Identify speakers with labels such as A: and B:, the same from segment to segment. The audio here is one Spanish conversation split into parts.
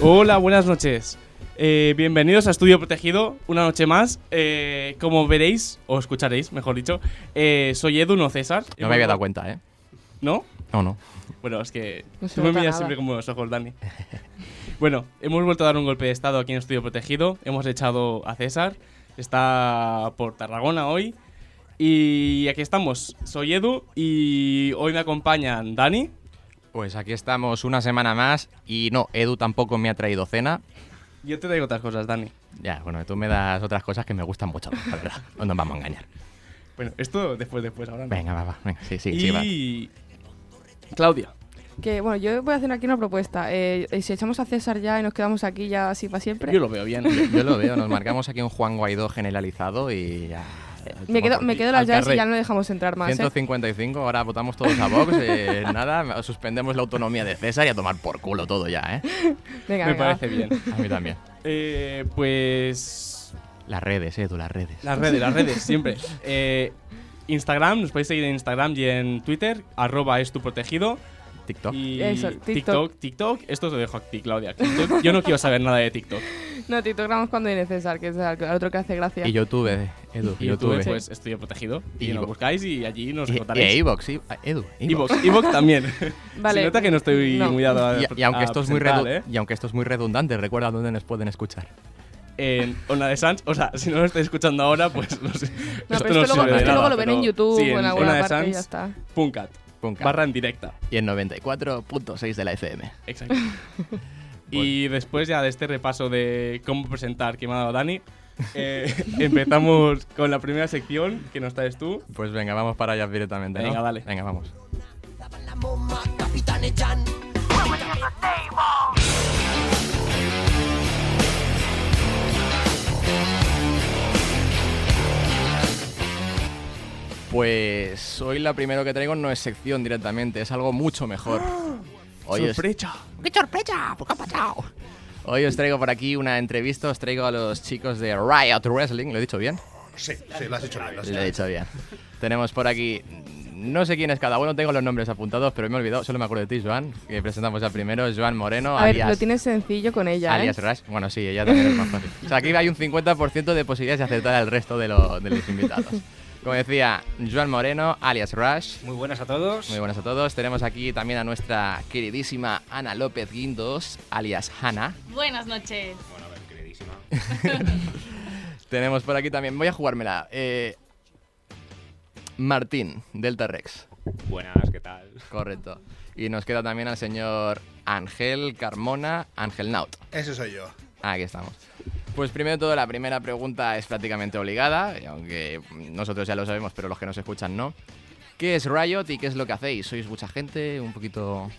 A: Hola, buenas noches. Eh, bienvenidos a Estudio Protegido, una noche más. Eh, como veréis, o escucharéis, mejor dicho, eh, soy Edu, no César.
B: No me había dado cuenta, ¿eh?
A: ¿No?
B: No, no.
A: Bueno, es que
C: No se
A: tú me
C: nota
A: miras
C: nada.
A: siempre como los ojos, Dani. Bueno, hemos vuelto a dar un golpe de estado aquí en Estudio Protegido. Hemos echado a César. Está por Tarragona hoy. Y aquí estamos. Soy Edu y hoy me acompañan Dani.
B: Pues aquí estamos una semana más y no, Edu tampoco me ha traído cena.
A: Yo te traigo otras cosas, Dani.
B: Ya, bueno, tú me das otras cosas que me gustan mucho, la verdad. No nos vamos a engañar.
A: Bueno, esto después, después, ahora no.
B: Venga, va, va. Venga, sí, sí, sí, va.
A: y... Claudia.
C: Que bueno, yo voy a hacer aquí una propuesta. Eh, eh, si echamos a César ya y nos quedamos aquí ya así para siempre.
A: Yo lo veo bien.
B: Yo lo veo, nos marcamos aquí un Juan Guaidó generalizado y ya.
C: me quedo, me quedo las
A: Al
C: llaves
A: carrer.
C: y ya no le dejamos entrar más. ¿eh?
B: 155, ahora votamos todos a Vox, eh, nada, suspendemos la autonomía de César y a tomar por culo todo ya, ¿eh?
C: Venga,
A: Me
C: venga, va.
A: parece bien.
B: A mí también.
A: Eh, pues.
B: Las redes, Edu, las redes.
A: Las redes, las redes, siempre. Eh, Instagram, nos podéis seguir en Instagram y en Twitter, arroba es tu protegido.
B: TikTok.
A: Y
C: Eso,
A: TikTok,
C: TikTok.
A: TikTok. Esto te dejo a ti, Claudia. TikTok, yo no quiero saber nada de TikTok.
C: No, te tocamos cuando viene César, que es al, al otro que hace gracia.
B: Y YouTube, eh, Edu.
A: Y YouTube, pues estoy protegido. Y
B: Y
A: nos
B: Ivo.
A: buscáis y allí nos
B: Y, y
A: encontraréis.
B: iVoox, sí, Edu. iVoox.
A: Evox, Evox también.
C: Vale.
A: Se nota que no estoy
C: No.
A: muy dado a,
B: Y, y aunque
A: a
B: esto es muy
A: presentar,
B: redu- y aunque esto es muy redundante, recuerda dónde nos pueden escuchar.
A: ¿eh? En Ona de Sans, o sea, si no lo estáis escuchando ahora, pues no sé.
C: no,
A: esto
C: pero esto luego,
A: sirve de
C: esto luego
A: nada,
C: lo ven
A: pero
C: en YouTube
A: sí,
C: o en
A: Ona
C: alguna
A: de
C: parte y ya
A: Sans,
C: está.
A: Puncat,
B: Puncat.
A: barra en directa.
B: Y en 94.6 de la FM.
A: Exacto. y después ya de este repaso de cómo presentar que me ha dado Dani, eh, empezamos con la primera sección que nos traes tú.
B: Pues venga, vamos para allá directamente. ¿no?
A: Venga, dale.
B: Venga, vamos. Pues hoy la primero que traigo no es sección directamente, es algo mucho mejor. Hoy os-
A: ¡Ah! ¡Sorpresa!
B: ¡Qué sorpresa! ¿Por qué ha pasado? Hoy os traigo por aquí una entrevista, os traigo a los chicos de Riot Wrestling, ¿lo he dicho bien?
D: Sí, sí, lo has hecho bien. lo has
B: Lo
D: hecho
B: he
D: bien.
B: dicho bien. Tenemos por aquí, no sé quién es cada uno, tengo los nombres apuntados, pero me he olvidado, solo me acuerdo de ti, Joan, que presentamos ya primero, Joan Moreno,
C: A ver,
B: alias,
C: lo tienes sencillo con ella. ¿eh?
B: alias Rush. Bueno, sí, ella también es más fácil. O sea, aquí hay un 50% de posibilidades de aceptar al resto de, lo- de los invitados. Como decía, Joan Moreno, alias Rush,
E: Muy buenas a todos.
B: muy buenas a todos. Tenemos aquí también a nuestra queridísima Ana López Guindos, alias Hanna.
F: Buenas noches.
D: Bueno, a ver, queridísima.
B: Tenemos por aquí también, voy a jugármela. eh, Martín, Delta Rex.
E: Buenas, ¿qué tal?
B: Correcto. Y nos queda también al señor Ángel Carmona, Ángel Naut.
D: Ese soy yo.
B: Aquí estamos. Pues primero de todo, la primera pregunta es prácticamente obligada, y aunque nosotros ya lo sabemos, pero los que nos escuchan no. ¿Qué es Riot y qué es lo que hacéis? ¿Sois mucha gente? ¿Un poquito...?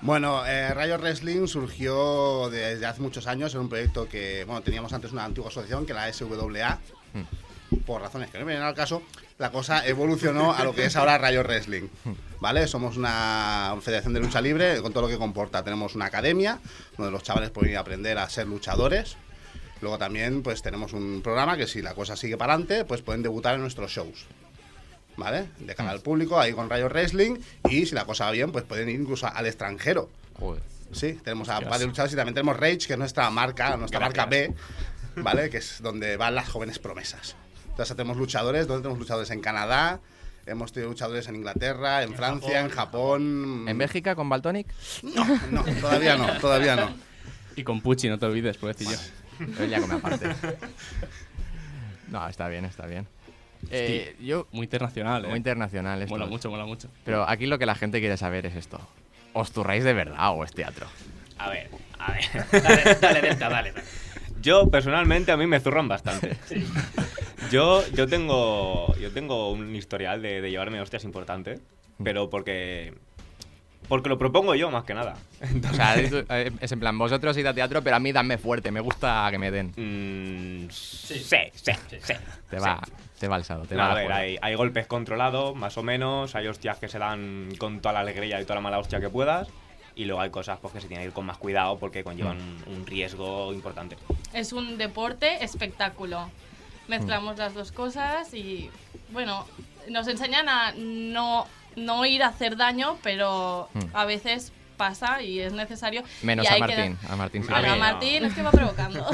D: Bueno, eh, Rayo Wrestling surgió desde hace muchos años en un proyecto que, bueno, teníamos antes una antigua asociación que era la SWA. Por razones que no vienen al caso, la cosa evolucionó a lo que es ahora Rayo Wrestling. ¿Vale? Somos una federación de lucha libre con todo lo que comporta. Tenemos una academia donde los chavales pueden ir a aprender a ser luchadores. Luego también pues tenemos un programa que si la cosa sigue para adelante, pues pueden debutar en nuestros shows. ¿Vale? De cara al público, ahí con Rayo Wrestling. Y si la cosa va bien, pues pueden ir incluso al extranjero.
B: Joder.
D: Sí, tenemos a
B: Hostias.
D: varios luchadores y también tenemos Rage, que es nuestra marca, nuestra marca B, ¿vale? Que es donde van las jóvenes promesas. Entonces tenemos luchadores, donde tenemos luchadores en Canadá, hemos tenido luchadores en Inglaterra, en, Francia, en
E: Mm.
D: Japón.
B: ¿En Bélgica con Baltonic?
D: No, todavía no, todavía no.
A: Y con Pucci, no te olvides, por decir yo.
B: Él ya come aparte. No, está bien, está bien. Eh, yo...
A: Muy internacional, ¿eh?
B: Muy internacional esto.
A: mola mucho, mola mucho.
B: Pero aquí lo que la gente quiere saber es esto. ¿Os turráis de verdad o es teatro?
E: A ver, a ver. Dale, dale, Delta, dale. Yo, personalmente, a mí me zurran bastante. Yo, yo, tengo, yo tengo un historial de, de llevarme hostias importante,
B: Mm.
E: pero porque, porque lo propongo yo más que nada.
B: O sea, es, eh, es en plan, vosotros id a teatro, pero a mí dadme fuerte, me gusta que me den.
E: Mm, sí, sí, sí.
B: Te
E: sí.
B: va, te va el sábado, te
E: No,
B: va
E: a
B: la
E: ver,
B: juerga.
E: hay, hay golpes controlados, más o menos, hay hostias que se dan con toda la alegría y toda la mala hostia que puedas, y luego hay cosas pues, que se tienen que ir con más cuidado porque conllevan
B: Mm.
E: un, un riesgo importante.
F: Es un deporte espectáculo. Mezclamos las dos cosas y, bueno, nos enseñan a no, no ir a hacer daño, pero
B: Mm.
F: a veces pasa y es necesario.
B: Menos
F: y
B: a
F: hay que
B: Martín,
F: dar-
B: a Martín sí.
E: A
F: Pero
E: mí
F: a
E: no.
F: Martín es que va provocando.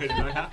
E: Perdona.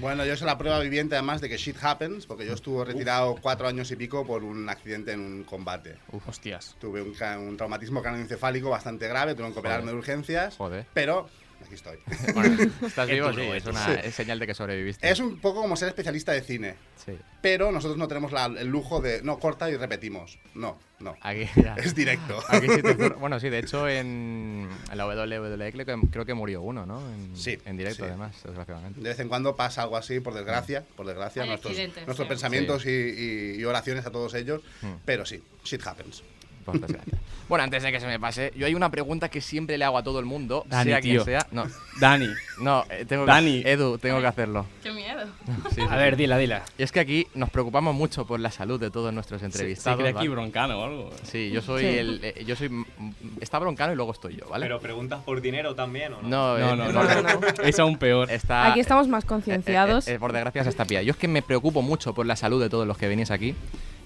D: Bueno, yo soy la prueba viviente además de que shit happens, porque yo estuve retirado cuatro años y pico por un accidente en un combate.
A: Hostias.
D: Tuve un, ca- un traumatismo craneoencefálico bastante grave, tuvieron que operarme de urgencias,
B: Joder.
D: pero aquí estoy.
B: Bueno, estás
E: Qué
B: vivo, sí,
E: duro
B: es
E: esto.
B: una es señal de que sobreviviste.
D: Es un poco como ser especialista de cine,
B: Sí.
D: pero nosotros no tenemos la- el lujo de no corta y repetimos. No, no.
B: Aquí, ya.
D: Es directo.
B: Aquí sí te ocurre- Bueno, sí, de hecho en, en la WWE creo que, creo que murió uno, ¿no? En,
D: Sí,
B: En directo,
D: sí.
B: además, desgraciadamente.
D: De vez en cuando pasa algo así, por desgracia, por desgracia,
F: Hay
D: nuestros,
F: accidentes,
D: nuestros
F: sí.
D: pensamientos y, y- y oraciones a todos ellos,
B: Mm.
D: pero sí, shit happens.
B: Por desgracia. Bueno, antes de que se me pase, yo hay una pregunta que siempre le hago a todo el mundo,
A: Dani,
B: sea quien
A: tío.
B: sea. No,
A: Dani.
B: no, eh, tengo
A: Dani.
B: que, Edu, tengo que hacerlo.
F: Qué miedo.
B: Sí, sí,
G: A ver, dila, dila.
B: Y es que aquí nos preocupamos mucho por la salud de todos nuestros
A: Se
B: entrevistados.
A: cree aquí
B: ¿vale?
A: broncano o algo.
B: Sí, yo soy
C: Sí.
B: el. eh, yo soy. m- m- Está broncano y luego estoy yo, ¿vale?
E: Pero preguntas por dinero también, ¿o no?
B: no,
A: No,
B: eh,
A: no,
B: por-
A: no. Es aún peor.
B: Está,
C: Ah, Aquí estamos más
B: eh, eh,
C: concienciados.
B: eh, por desgracia se está pía. Yo es que me preocupo mucho por la salud de todos los que venís aquí.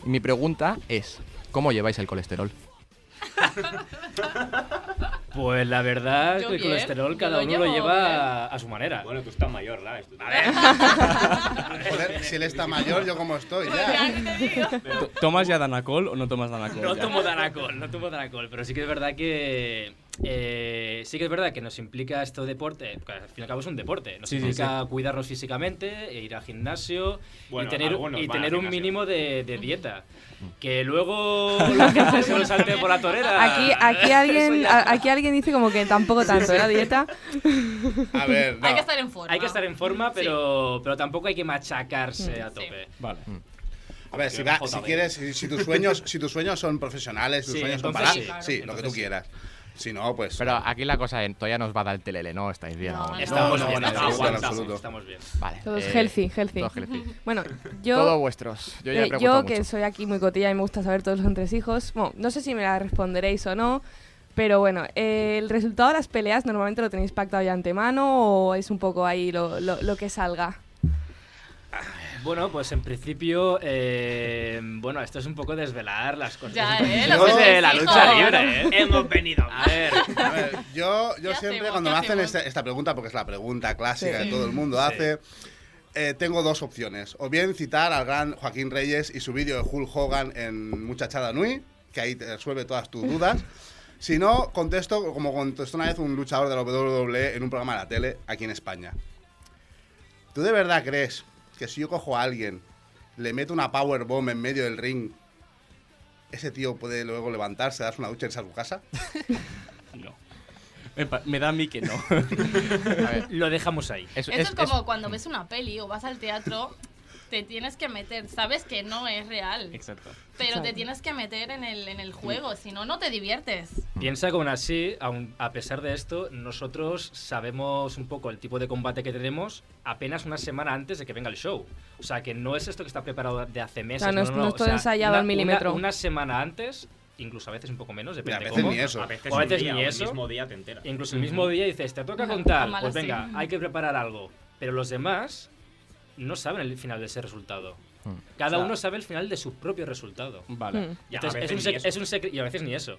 B: Y Mi pregunta es: ¿cómo lleváis el colesterol?
G: Pues la verdad,
F: Yo
G: el
F: bien,
G: colesterol
F: yo
G: cada
F: lo
G: uno lo
F: llevo
G: lleva a su manera.
E: Bueno, tú estás mayor, ¿la? A
F: Ah.
D: Joder, si él está mayor, yo como estoy, ya.
F: Ya, ¿qué te digo?
A: To- ¿Tomas ya Danacol o no tomas Danacol?
G: No
A: ya?
G: tomo Danacol, no tomo Danacol, pero sí que es verdad que. eh, sí que es verdad que nos implica esto deporte, porque al fin y al cabo es un deporte, nos
A: Sí, sí,
G: implica cuidarnos físicamente, e ir al gimnasio
E: Bueno,
G: y tener,
E: algunos
G: y
E: van al
G: tener un
E: gimnasio.
G: mínimo de, de dieta. Que luego la gente se lo salte por la
A: eh,
G: torera.
C: Aquí, aquí,
A: ah.
G: Eso
C: alguien,
G: ya-
C: a- aquí alguien dice como que tampoco tanto, ¿eh? la dieta.
D: A ver, no.
F: Hay que estar en forma.
G: Hay que estar en forma, pero, pero tampoco hay que machacarse a
F: Sí.
G: tope.
A: Vale.
D: A ver, si,
E: Yo me
D: va-
E: jodo
D: si
E: ahí.
D: quieres, si, si tus sueños, si tus sueños son profesionales, tus
G: Sí,
D: sueños son
G: entonces
D: para,
G: sí,
D: sí, lo que
G: claro, entonces
D: tú
G: sí.
D: quieras. Si no, pues
B: Pero aquí la cosa es: todavía nos va a dar el telele, ¿no? Estáis bien.
F: No,
B: aún.
F: no.
G: Estamos
D: no,
G: bien,
D: en
G: estamos
D: absoluto, en
G: bien,
D: absoluto.
G: estamos bien.
B: Vale.
C: Todos
B: eh,
C: healthy, healthy.
B: Todos healthy.
C: Bueno, yo.
B: Todos vuestros. Yo ya he
C: Eh,
B: preguntado
C: yo, que
B: mucho.
C: soy aquí muy cotilla y me gusta saber todos los entresijos, bueno, no sé si me la responderéis o no, pero bueno, eh, el resultado de las peleas normalmente lo tenéis pactado ya antemano o es un poco ahí lo, lo- lo que salga.
G: Bueno, pues en principio, eh, bueno, esto es un poco desvelar las cosas.
F: Ya,
G: Es un
F: ¿eh?
G: poco
D: Los
G: de la
F: entresijos.
G: lucha libre, ¿eh? Hemos venido a ver.
D: A ver, yo, yo
F: ¿Qué
D: siempre
F: hacemos?
D: cuando
F: ¿Qué
D: me hacen
F: hacemos?
D: esta, esta pregunta, porque es la pregunta clásica
C: Sí.
D: que todo el mundo hace, eh, tengo dos opciones. O bien citar al gran Joaquín Reyes y su vídeo de Hulk Hogan en Muchachada Nui, que ahí te resuelve todas tus dudas. Si no, contesto como contestó una vez un luchador de la WWE en un programa de la tele aquí en España. ¿Tú de verdad crees que si yo cojo a alguien, le meto una powerbomb en medio del ring, ese tío puede luego levantarse, darse una ducha y irse a su casa?
A: No. Me, pa- me da a mí que no.
B: A ver,
G: Lo dejamos ahí.
B: es-
F: Esto es,
B: es- es-
F: como cuando ves una peli o vas al teatro, te tienes que meter. Sabes que no es real,
A: Exacto.
F: pero te
C: Exacto.
F: tienes que meter en el, en el juego, si no, no te diviertes.
D: Mm.
G: Piensa que aún así, aun- a pesar de esto, nosotros sabemos un poco el tipo de combate que tenemos apenas una semana antes de que venga el show. O sea, que no es esto que está preparado de hace meses.
C: Claro, no es- no es todo ensayado
G: una-
C: al milímetro.
G: Una, una semana antes, incluso a veces un poco menos,
D: Y a
G: depende
D: veces
G: cómo.
D: ni eso.
E: A veces,
G: O a veces
E: un día,
G: ni
E: o el
G: eso.
E: mismo día te enteras.
G: Incluso el mismo día dices, te toca
F: Ajá,
G: contar.
F: ojalá
G: Pues
F: sí.
G: venga, hay que preparar algo. Pero los demás no saben el final de ese resultado.
B: Hmm.
G: Cada
A: O sea,
G: uno sabe el final de su propio resultado.
A: Vale.
C: Mm.
E: Ya, a
G: Entonces, es
E: veces
G: un,
E: ni
G: sec-
E: eso.
G: es un secre- Y a veces ni eso.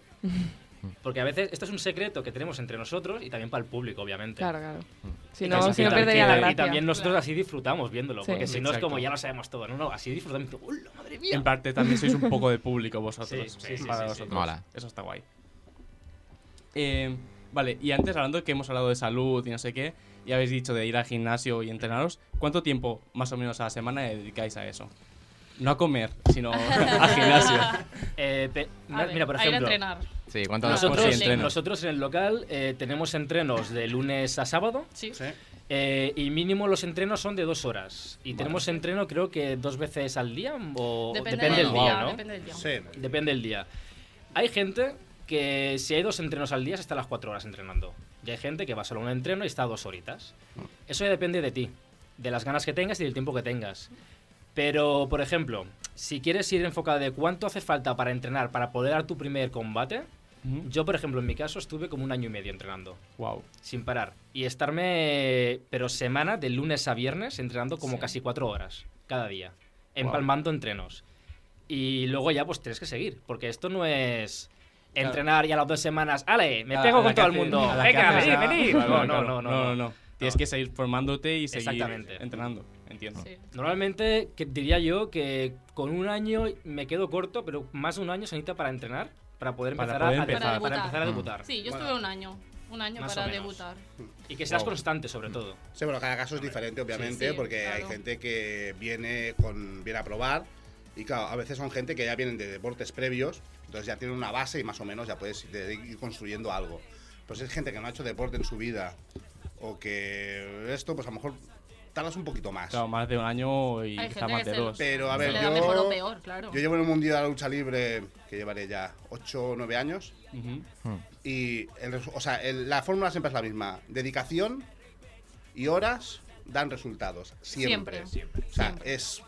G: Porque a veces esto es un secreto que tenemos entre nosotros y también para el público, obviamente.
C: Claro, claro. Si
G: Hmm. Y
C: no,
G: también-
C: si no
G: y
C: perdería la
G: también-
C: gracia.
G: Y también nosotros
F: Claro.
G: así disfrutamos viéndolo.
C: Sí.
G: Porque si no es
A: Exacto.
G: como ya lo sabemos todo. No, no, así disfrutamos. ¡Hola, madre mía!
A: En parte también sois un poco de público vosotros.
G: Sí, sí, sí,
A: para
G: sí, sí.
A: vosotros.
B: Mola.
A: Eso está guay. Eh, vale, y antes hablando que hemos hablado de salud y no sé qué, y habéis dicho de ir al gimnasio y entrenaros, ¿cuánto tiempo más o menos a la semana dedicáis a eso? No a comer, sino al gimnasio.
G: Eh, pe-
F: A
G: na-
F: ver,
G: mira, por
F: a ir a
G: ejemplo.
F: entrenar.
B: Sí, ¿cuánto nos
G: Nosotros,
A: Sí, entreno.
G: nosotros en el local eh, tenemos entrenos de lunes a sábado.
F: Sí.
D: Sí.
G: Eh, Eh, y mínimo los entrenos son de dos horas. Y tenemos entreno creo que dos veces al día o
F: Depende,
G: del
F: del
G: día,
F: día,
G: ¿no?
F: depende del día.
D: Sí.
G: Depende del día. Hay gente que si hay dos entrenos al día se está las cuatro horas entrenando. Y hay gente que va solo a un entreno y está dos horitas. Eso ya depende de ti, de las ganas que tengas y del tiempo que tengas. Pero, por ejemplo, si quieres ir enfocado de cuánto hace falta para entrenar para poder dar tu primer combate, yo, por ejemplo, en mi caso estuve como un año y medio entrenando,
A: Wow.
G: sin parar. Y estarme, pero semana, de lunes a viernes, entrenando como
F: Sí.
G: casi cuatro horas cada día,
A: Guau.
G: empalmando entrenos. Y luego ya, pues tienes que seguir, porque esto no es
A: Claro.
G: entrenar ya las dos semanas, ¡ale! Me
A: A- a
G: pego
A: la
G: con
A: que
G: todo el
A: hace-
G: mundo.
A: a la que
G: Venga,
A: hace
G: venid,
A: esa-
G: venid.
A: Claro,
G: No,
A: claro.
G: no, no, no, no.
A: Tienes que seguir formándote y seguir
G: Exactamente.
A: entrenando. Entiendo.
F: Sí.
G: Normalmente que diría yo que con un año me quedo corto, pero más de un año se necesita para entrenar, para poder
A: Para
G: empezar,
A: poder
G: a,
A: empezar.
G: para
F: Para
G: empezar a
B: debutar.
G: debutar.
F: Sí, yo
D: Bueno.
F: estuve un año. Un año
G: Más o
F: para
G: menos.
F: debutar.
G: Y que seas
A: Wow.
G: constante sobre todo.
D: Sí, pero cada caso es diferente, obviamente,
F: Sí, sí,
D: porque hay
F: claro.
D: gente que viene, con, viene a probar y, claro, a veces son gente que ya vienen de deportes previos, entonces ya tienen una base y más o menos ya puedes ir- de- ir construyendo algo. Pues es gente que no ha hecho deporte en su vida o que esto, pues a lo mejor tardas un poquito más.
A: Claro, más de un año y
F: Hay
A: quizá
F: gente
A: más
F: que
A: de
F: se lo-
A: dos.
D: Pero a
F: se
D: ver,
F: le da
D: yo,
F: mejor o peor, claro.
D: yo llevo en el mundial de la lucha libre que llevaré ya 8 o 9 años
A: Ujú.
D: y el resu- o sea, el- la fórmula siempre es la misma. Dedicación y horas dan resultados. Siempre.
F: Siempre, siempre.
D: O sea,
F: Siempre.
D: es,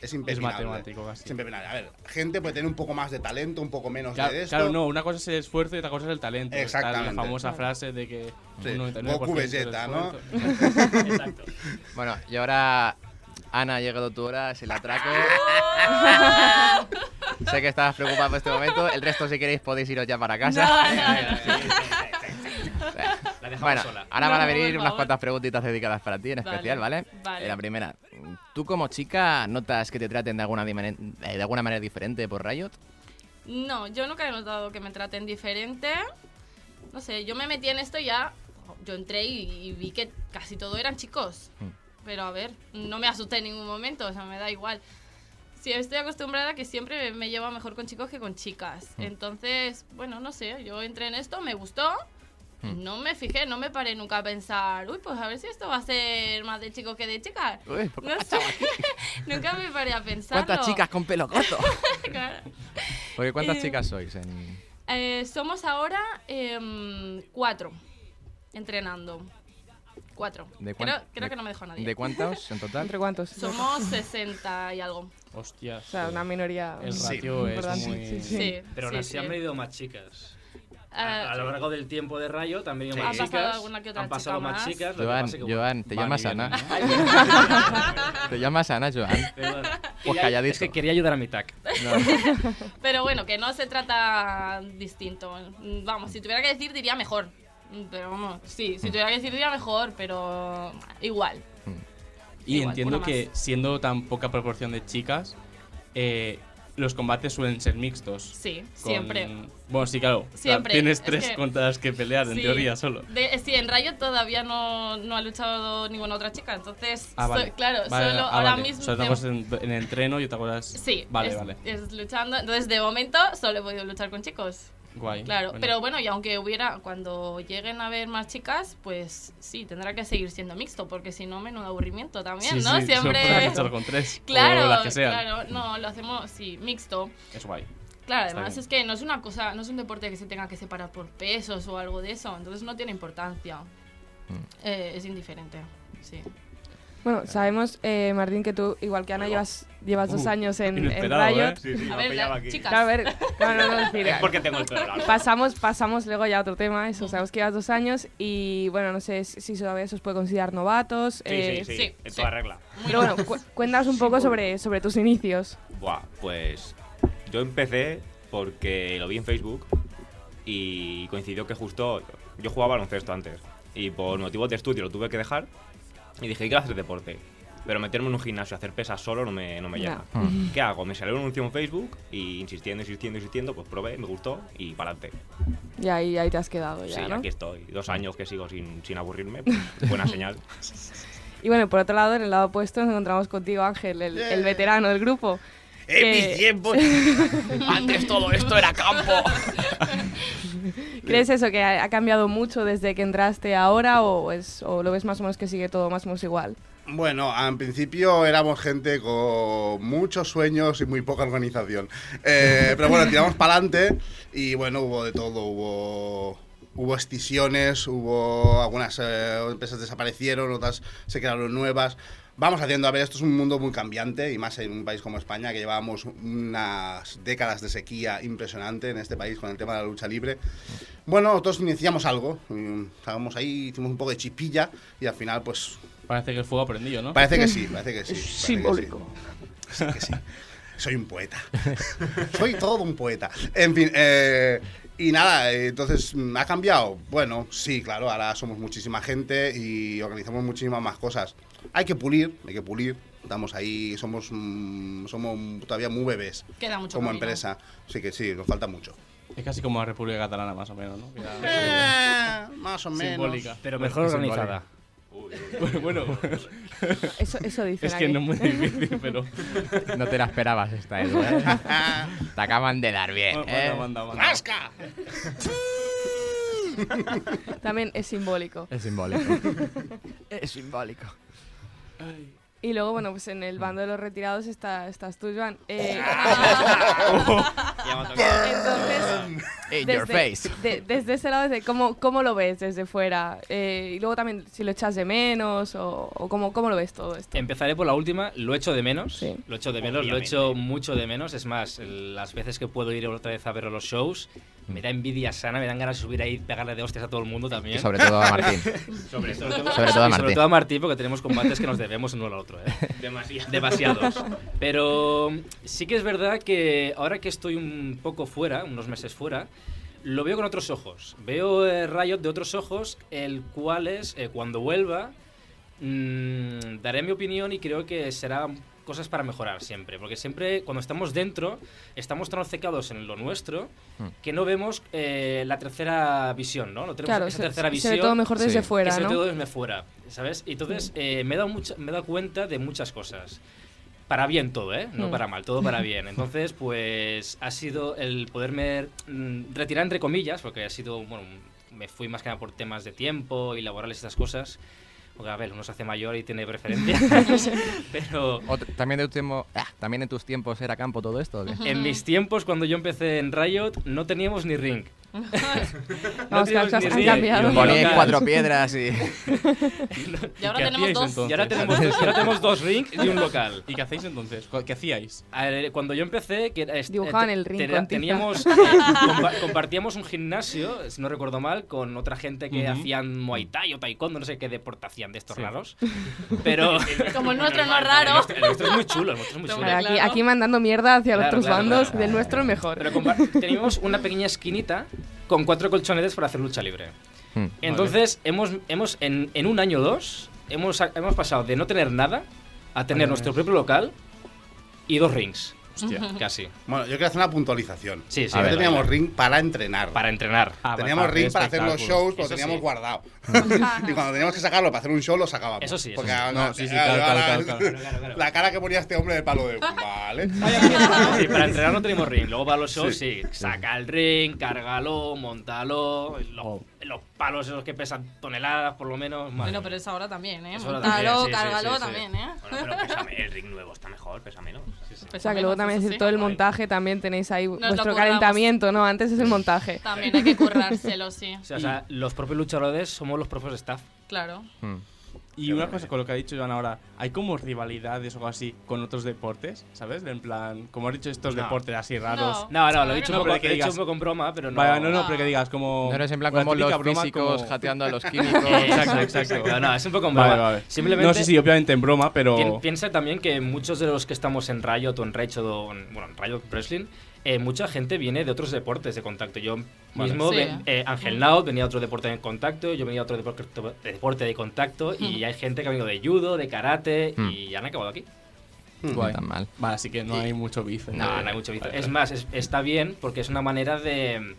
D: es impepinable.
A: matemático, casi.
D: Es impepinable. A ver, gente puede tener un poco más de talento, un poco menos
A: Claro,
D: de esto.
A: claro, no, una cosa es el esfuerzo y otra cosa es el talento. Está
D: Exactamente.
A: La famosa frase de que
D: Sí,
A: un 99%
D: Goku
A: del
D: Vegeta, ¿no?
A: esfuerzo-
G: Exacto.
B: Bueno, y ahora, Ana, ha llegado tu hora, es el atraco. sé que estabas preocupado por este momento. El resto, si queréis, podéis iros Ah, ya para casa.
F: No, no, no.
G: La dejamos
B: Bueno,
G: sola.
B: ahora van a
F: No, por
B: venir unas
F: favor.
B: cuantas preguntitas dedicadas para ti en
F: Vale,
B: especial, ¿vale?
F: vale.
B: Eh, La primera, ¿tú como chica notas que te traten de alguna, dimane- eh, de alguna manera diferente por Riot?
F: No, yo nunca he notado que me traten diferente. No sé, yo me metí en esto y ya. Yo entré y, y vi que casi todo eran chicos.
B: Mm.
F: Pero a ver, no me asusté en ningún momento, o sea, me da igual. Sí, estoy acostumbrada a que siempre me llevo mejor con chicos que con chicas. Entonces, bueno, no sé, yo entré en esto, me gustó.
B: Mm.
F: No me fijé, no me paré nunca a pensar, uy, pues a ver si esto va a ser más de chicos que de chicas.
B: Uy,
F: No sé, nunca me paré a pensarlo.
B: ah, ¿Cuántas chicas con pelo corto?
F: Claro.
B: Porque ¿cuántas
F: Eh,
B: chicas sois? En...
F: Eh, somos ahora em, cuatro entrenando. Cuatro.
B: ¿De cuán-
F: creo creo
B: de-
F: que no me dejó nadie.
B: ¿De cuántos en total?
C: ¿Entre cuántos?
F: somos 60 y algo.
A: Hostias.
C: O sea, una minoría.
A: El
C: Sí.
A: ratio es
C: importante.
A: muy.
C: Sí, sí.
F: Sí.
G: Pero aún
F: sí,
G: así
F: sí.
G: han venido más chicas.
F: Ah,
G: a, a lo largo del tiempo de Rayo también han
F: Sí.
G: venido más
F: Ha pasado
G: chicas.
F: alguna que otra
G: han pasado
F: chica
G: más
F: más.
G: chicas. lo que
B: Joan,
G: pasa que, bueno,
B: Joan, te
A: van
B: llamas
A: y vienen,
B: Ana.
A: ¿no?
B: Te llamas Ana, Joan.
G: pero bueno.
B: Pues
G: Quería-
B: calladito.
G: Es que quería ayudar a mi TAC.
F: Pero bueno, que no se trata distinto. Mm, Vamos, si tuviera que decir diría mejor. Mm, Pero vamos, sí, si tuviera que decir diría mejor, pero igual.
A: Y
F: Igual,
A: entiendo
F: una
A: que siendo tan poca proporción de chicas, eh, los combates suelen ser mixtos.
F: Sí,
A: Con-
F: siempre.
A: Bueno, sí, claro.
F: Siempre.
A: Tienes
F: Es
A: tres
F: que-
A: contra las que pelear, en
F: Sí.
A: teoría, solo.
F: De- sí, en Rayo todavía no, no ha luchado ninguna otra chica, entonces,
A: Ah,
F: so-
A: vale.
F: claro,
A: Vale,
F: solo
A: ah,
F: ahora
A: vale.
F: mismo...
A: O sea, una
F: de-
A: cosa es en, en el entreno y otra cosa es.
F: Sí,
A: Vale,
F: es,
A: vale.
F: es luchando. Entonces, de momento, solo he podido luchar con chicos.
A: Guay.
F: Claro,
A: bueno.
F: pero bueno, y aunque hubiera, cuando lleguen a ver más chicas, pues sí, tendrá que seguir siendo mixto, porque si no, menudo aburrimiento también, ¿no?
A: Sí, sí, solo puedes
F: Siempre.
A: luchar con tres.
F: Claro,
A: O las que sean.
F: claro, no, lo hacemos, sí, mixto.
A: Es guay.
F: Claro,
A: Está
F: además
A: bien.
F: es que no es una cosa, no es un deporte que se tenga que separar por pesos o algo de eso, entonces no tiene importancia.
A: Mm.
F: Eh, es indiferente, sí.
C: Bueno, sabemos, eh, Martín, que tú, igual que Ana, llevas, llevas dos
A: Uh,
C: años en, en
A: Inesperado, ¿eh?
C: Riot.
E: Sí, sí,
F: A
E: me ha
F: ver,
E: pillado
F: la-
E: aquí.
F: chicas.
C: Claro, a ver, no, no, no, mira,
E: Es porque tengo el pelo largo.
C: Pasamos, pasamos luego ya a otro tema, eso, sabemos que llevas dos años y bueno, no sé si si todavía se os puede considerar novatos.
E: Sí, sí,
C: eh,
E: sí,
F: sí,
E: en
F: sí.
E: toda regla.
C: Pero bueno, cu- cuéntanos un poco sobre, sobre tus inicios.
E: Buah, pues yo empecé porque lo vi en Facebook y coincidió que justo yo jugaba baloncesto antes y por motivos de estudio lo tuve que dejar y dije, quiero hacer deporte, pero meterme en un gimnasio, hacer pesas solo no me, no me
C: No.
E: llama.
A: Ah.
E: ¿Qué hago? Me salió un anuncio en Facebook y insistiendo, insistiendo, insistiendo, pues probé, me gustó y para adelante.
C: Y ahí, ahí te has quedado Pues ya,
E: Sí,
C: ¿no?
E: aquí estoy. Dos años que sigo sin, sin aburrirme, pues, buena señal.
C: Y bueno, por otro lado, en el lado opuesto nos encontramos contigo, Ángel, el, el veterano del grupo.
D: ¡En
C: que-
D: mis ¡Eh, tiempos!
B: Antes todo esto era campo.
C: que ¿Crees eso que ha, ha cambiado mucho desde que entraste ahora o, es, o lo ves más o menos que sigue todo más o menos igual?
D: Bueno, en principio éramos gente con muchos sueños y muy poca organización. Eh, pero bueno, tiramos para adelante y bueno, hubo de todo, hubo hubo excisiones, hubo algunas eh, empresas desaparecieron, otras se crearon nuevas. Vamos haciendo, a ver, esto es un mundo muy cambiante y más en un país como España que llevábamos unas décadas de sequía impresionante en este país con el tema de la lucha libre. Bueno, nosotros iniciamos algo, mm, estábamos ahí, hicimos un poco de chipilla y al final pues
H: Parece que el fuego ha prendido, ¿no?
D: Parece que sí, parece que sí. parece que sí.
C: Simbólico.
D: Sí que sí. Soy un poeta. Soy todo un poeta. En fin, eh, y nada, eh, entonces, mm, ¿ha cambiado? Bueno, sí, claro, ahora somos muchísima gente y organizamos muchísimas más cosas. Hay que pulir, hay que pulir. Estamos ahí, somos, mm, somos todavía muy bebés
F: Queda mucho
D: como
F: camino.
D: empresa. Así que sí, nos falta mucho.
H: Es casi como la República Catalana, más o menos, ¿no? Que era
D: Eh, más o menos.
H: simbólica.
A: Pero mejor organizada.
H: Bueno, bueno,
C: Eso, eso dicen
H: es que
C: aquí.
H: no es muy difícil, pero.
B: No te la esperabas esta, Edu, ¿eh? Te acaban de dar bien,
H: Bueno,
B: ¿eh?
H: manda, manda, manda.
D: ¡Rasca!
C: También es simbólico.
B: Es simbólico. es simbólico.
C: Y luego, bueno, pues en el bando de los retirados está, estás tú, Joan. Eh, entonces,
B: In Eh, your face.
C: de- desde ese lado, desde ¿cómo, ¿cómo lo ves desde fuera? Eh, y luego también, si lo echas de menos o, o cómo, cómo lo ves todo esto.
A: Empezaré por la última, lo echo de menos.
C: Sí.
A: Lo echo de menos,
G: Obviamente.
A: lo echo mucho de menos. Es más, el- las veces que puedo ir otra vez a ver los shows, me da envidia sana, me dan ganas de subir ahí y pegarle de hostias a todo el mundo también.
B: Y sobre todo a Martín.
G: Sobre todo,
B: Sobre todo a
A: Y sobre
B: Martín.
A: todo a Martín, porque tenemos combates que nos debemos uno al otro. ¿eh?
G: demasiado.
A: demasiados. Pero sí que es verdad que ahora que estoy un poco fuera, unos meses fuera, lo veo con otros ojos. Veo eh, Riot de otros ojos, el cual es, eh, cuando vuelva, mm, daré mi opinión y creo que serán cosas para mejorar siempre. Porque siempre, cuando estamos dentro, estamos tan obcecados en lo nuestro que no vemos eh, la tercera visión, ¿no? No tenemos
C: Claro,
A: esa
C: se,
A: tercera
C: se
A: visión
C: ve todo mejor
B: sí.
C: desde
B: Que
C: fuera,
A: que sobre
C: ¿no?
A: todo desde fuera, ¿sabes? Y entonces eh, me, he dado mucha- me he dado cuenta de muchas cosas. Para bien todo, ¿eh? No
C: Mm.
A: para mal, todo para bien. Entonces, pues ha sido el poderme mm, retirar entre comillas, porque ha sido, bueno, me fui más que nada por temas de tiempo y laborales y estas cosas. Porque, a ver, uno se hace mayor y tiene preferencias. pero
B: Otro- ¿también, de tu tiempo- ah, ¿También en tus tiempos era campo todo esto? o qué?
A: en mis tiempos, cuando yo empecé en Riot, no teníamos ni ring.
C: Vamos, que
A: teníamos
C: las cosas
A: ni
C: han
A: ring,
C: cambiado.
A: ni
B: Poníais
A: locales.
B: cuatro piedras y...
F: Y ahora
H: ¿Qué
F: tenemos
H: hacíais
F: dos.
H: entonces?
A: Y ahora tenemos, y ahora tenemos dos ring y un local.
H: ¿Y qué hacéis entonces? ¿Cu- ¿Qué hacíais?
A: A ver, Cuando yo empecé, que era- est-
C: Dibujaban
A: eh,
C: el
A: te-
C: ring
A: te-
C: con tiza.
A: teníamos, compa- compartíamos un gimnasio, si no recuerdo mal, con otra gente que
H: Ujú.
A: hacían muay thai o taekwondo, no sé qué deporte hacían de estos
H: Sí.
A: raros. Pero
F: Como el nuestro no es
A: el
F: raro.
A: nuestro- el nuestro este es muy chulo, el nuestro es muy
F: Pero
A: chulo.
C: Claro, aquí,
F: Claro.
C: aquí mandando mierda hacia los
A: Claro,
C: otros
A: claro,
C: bandos,
A: claro.
C: del nuestro el mejor.
A: Pero compa- teníamos una pequeña esquinita con cuatro colchonetes para hacer lucha libre.
B: Hmm.
A: Entonces, hemos, hemos en, en un año o dos, hemos, hemos pasado de no tener nada a tener nuestro propio local y dos rings.
H: Hostia.
A: Casi.
D: Bueno, yo quiero hacer una puntualización.
A: Sí, sí,
D: A ver,
A: vale,
D: teníamos
A: vale.
D: ring para entrenar.
A: Para entrenar.
H: Ah,
D: teníamos
H: bastante
D: ring para hacer los
H: espectáculo.
D: shows, lo
A: Eso
D: teníamos
A: sí.
D: guardado. y cuando teníamos que sacarlo para hacer un show, lo sacábamos.
A: Eso sí, eso
D: Porque
A: sí.
D: ahora-
H: No, sí, sí, claro,
D: ahora-
H: claro, claro, claro,
A: claro, claro.
D: La cara que ponía este hombre de palo de. Vale.
A: Sí, para entrenar no tenemos ring. Luego para los shows, sí. Saca el ring, cárgalo, montalo. Los,
H: Oh.
A: los palos esos que pesan toneladas, por lo menos. madre
F: Bueno,
A: mía.
F: pero es ahora también, ¿eh?
A: Es ahora
F: Montalo,
A: también, sí, sí,
F: cárgalo
A: sí, sí.
F: también, ¿eh?
G: Bueno, pero pesa me- el ring nuevo está mejor, pesa menos.
C: O sea, que luego también es
F: es
C: el- todo el montaje, también tenéis ahí
F: lo
C: vuestro
F: curramos.
C: calentamiento, ¿no? Antes es el montaje.
F: También hay que currárselo, sí.
A: O sea, o sea, los propios luchadores somos los propios staff.
F: Claro.
B: Hmm.
H: Y una cosa con lo que ha dicho Joan ahora, ¿hay como rivalidades o algo así con otros deportes? ¿Sabes? En plan, como has dicho, estos
A: No.
H: deportes así raros.
A: No, no, lo
F: Claro
A: he dicho,
F: que
A: un,
H: no.
A: poco,
H: Pero que
A: lo he dicho
H: digas-
A: un poco en broma, pero no.
H: Vaya, no, no, pero que digas como.
B: No eres en plan
H: una
B: como los
H: típica broma,
B: físicos
H: como-
B: jateando a los químicos.
A: Exacto, exacto. No, no, es un poco en broma.
H: Vale, vale.
A: Simplemente.
H: No, sí, sí, obviamente en broma, pero.
A: Pi- Piensa también que muchos de los que estamos en Riot o en Rage o en, bueno, en Riot Wrestling, eh, mucha gente viene de otros deportes de contacto. Yo mismo,
F: Sí.
A: ven- eh, Ángel Naut venía de otro deporte de contacto, yo venía de otro deporte de, deporte de contacto
G: Mm.
A: y hay gente que ha venido de judo, de karate
B: Mm.
A: y han acabado aquí.
B: No tan mal.
H: Vale, así que no hay mucho bife.
A: No, no hay mucho vicio. Es más, Ah, es- está bien porque es una manera de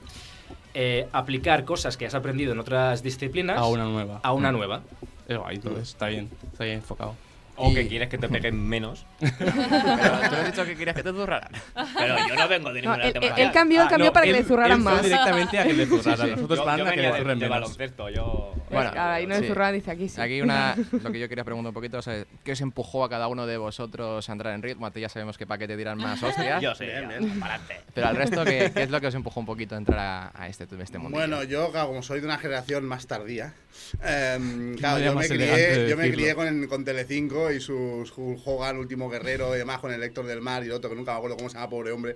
A: eh, aplicar cosas que has aprendido en otras disciplinas
H: A una nueva.
G: Mm.
A: a una nueva.
H: Es guay, entonces, está bien, está bien enfocado.
E: O que
B: Y-
E: quieres que te peguen menos.
B: Pero tú has dicho que querías que te zurraran.
E: Pero yo no vengo de
C: No,
E: ninguna
C: él, él-
E: temática.
C: él cambió, él
A: Ah,
C: cambió
A: no,
C: para que
A: él-
C: le zurraran
A: él fue
C: más.
A: directamente a que le zurraran. Nosotros
E: Yo,
A: van
E: yo
A: a que
E: venía
A: le
E: de,
A: zurren
E: de
A: menos.
E: baloncesto, yo...
B: Bueno,
C: Ahora, Pues ahí no le
B: sí.
C: zurraran, dice aquí sí.
B: Aquí una, lo que yo quería preguntar un poquito, o sea, ¿qué os empujó a cada uno de vosotros a entrar en ritmo? A ti ya sabemos que para qué te dirán más hostias.
E: Yo sé, ya, para adelante.
B: Pero al resto, ¿qué, qué es lo que os empujó un poquito a entrar a, a este, este mundo?
D: Bueno, yo, claro, como soy de una generación más tardía, em, claro,
A: manera
D: yo me,
A: más elegante
D: crié,
A: de
D: yo me
A: decirlo.
D: crié con, con Telecinco y sus Hulk Hogan, Último Guerrero y demás, con el Héctor del Mar y el otro que nunca me acuerdo cómo se llama, pobre hombre.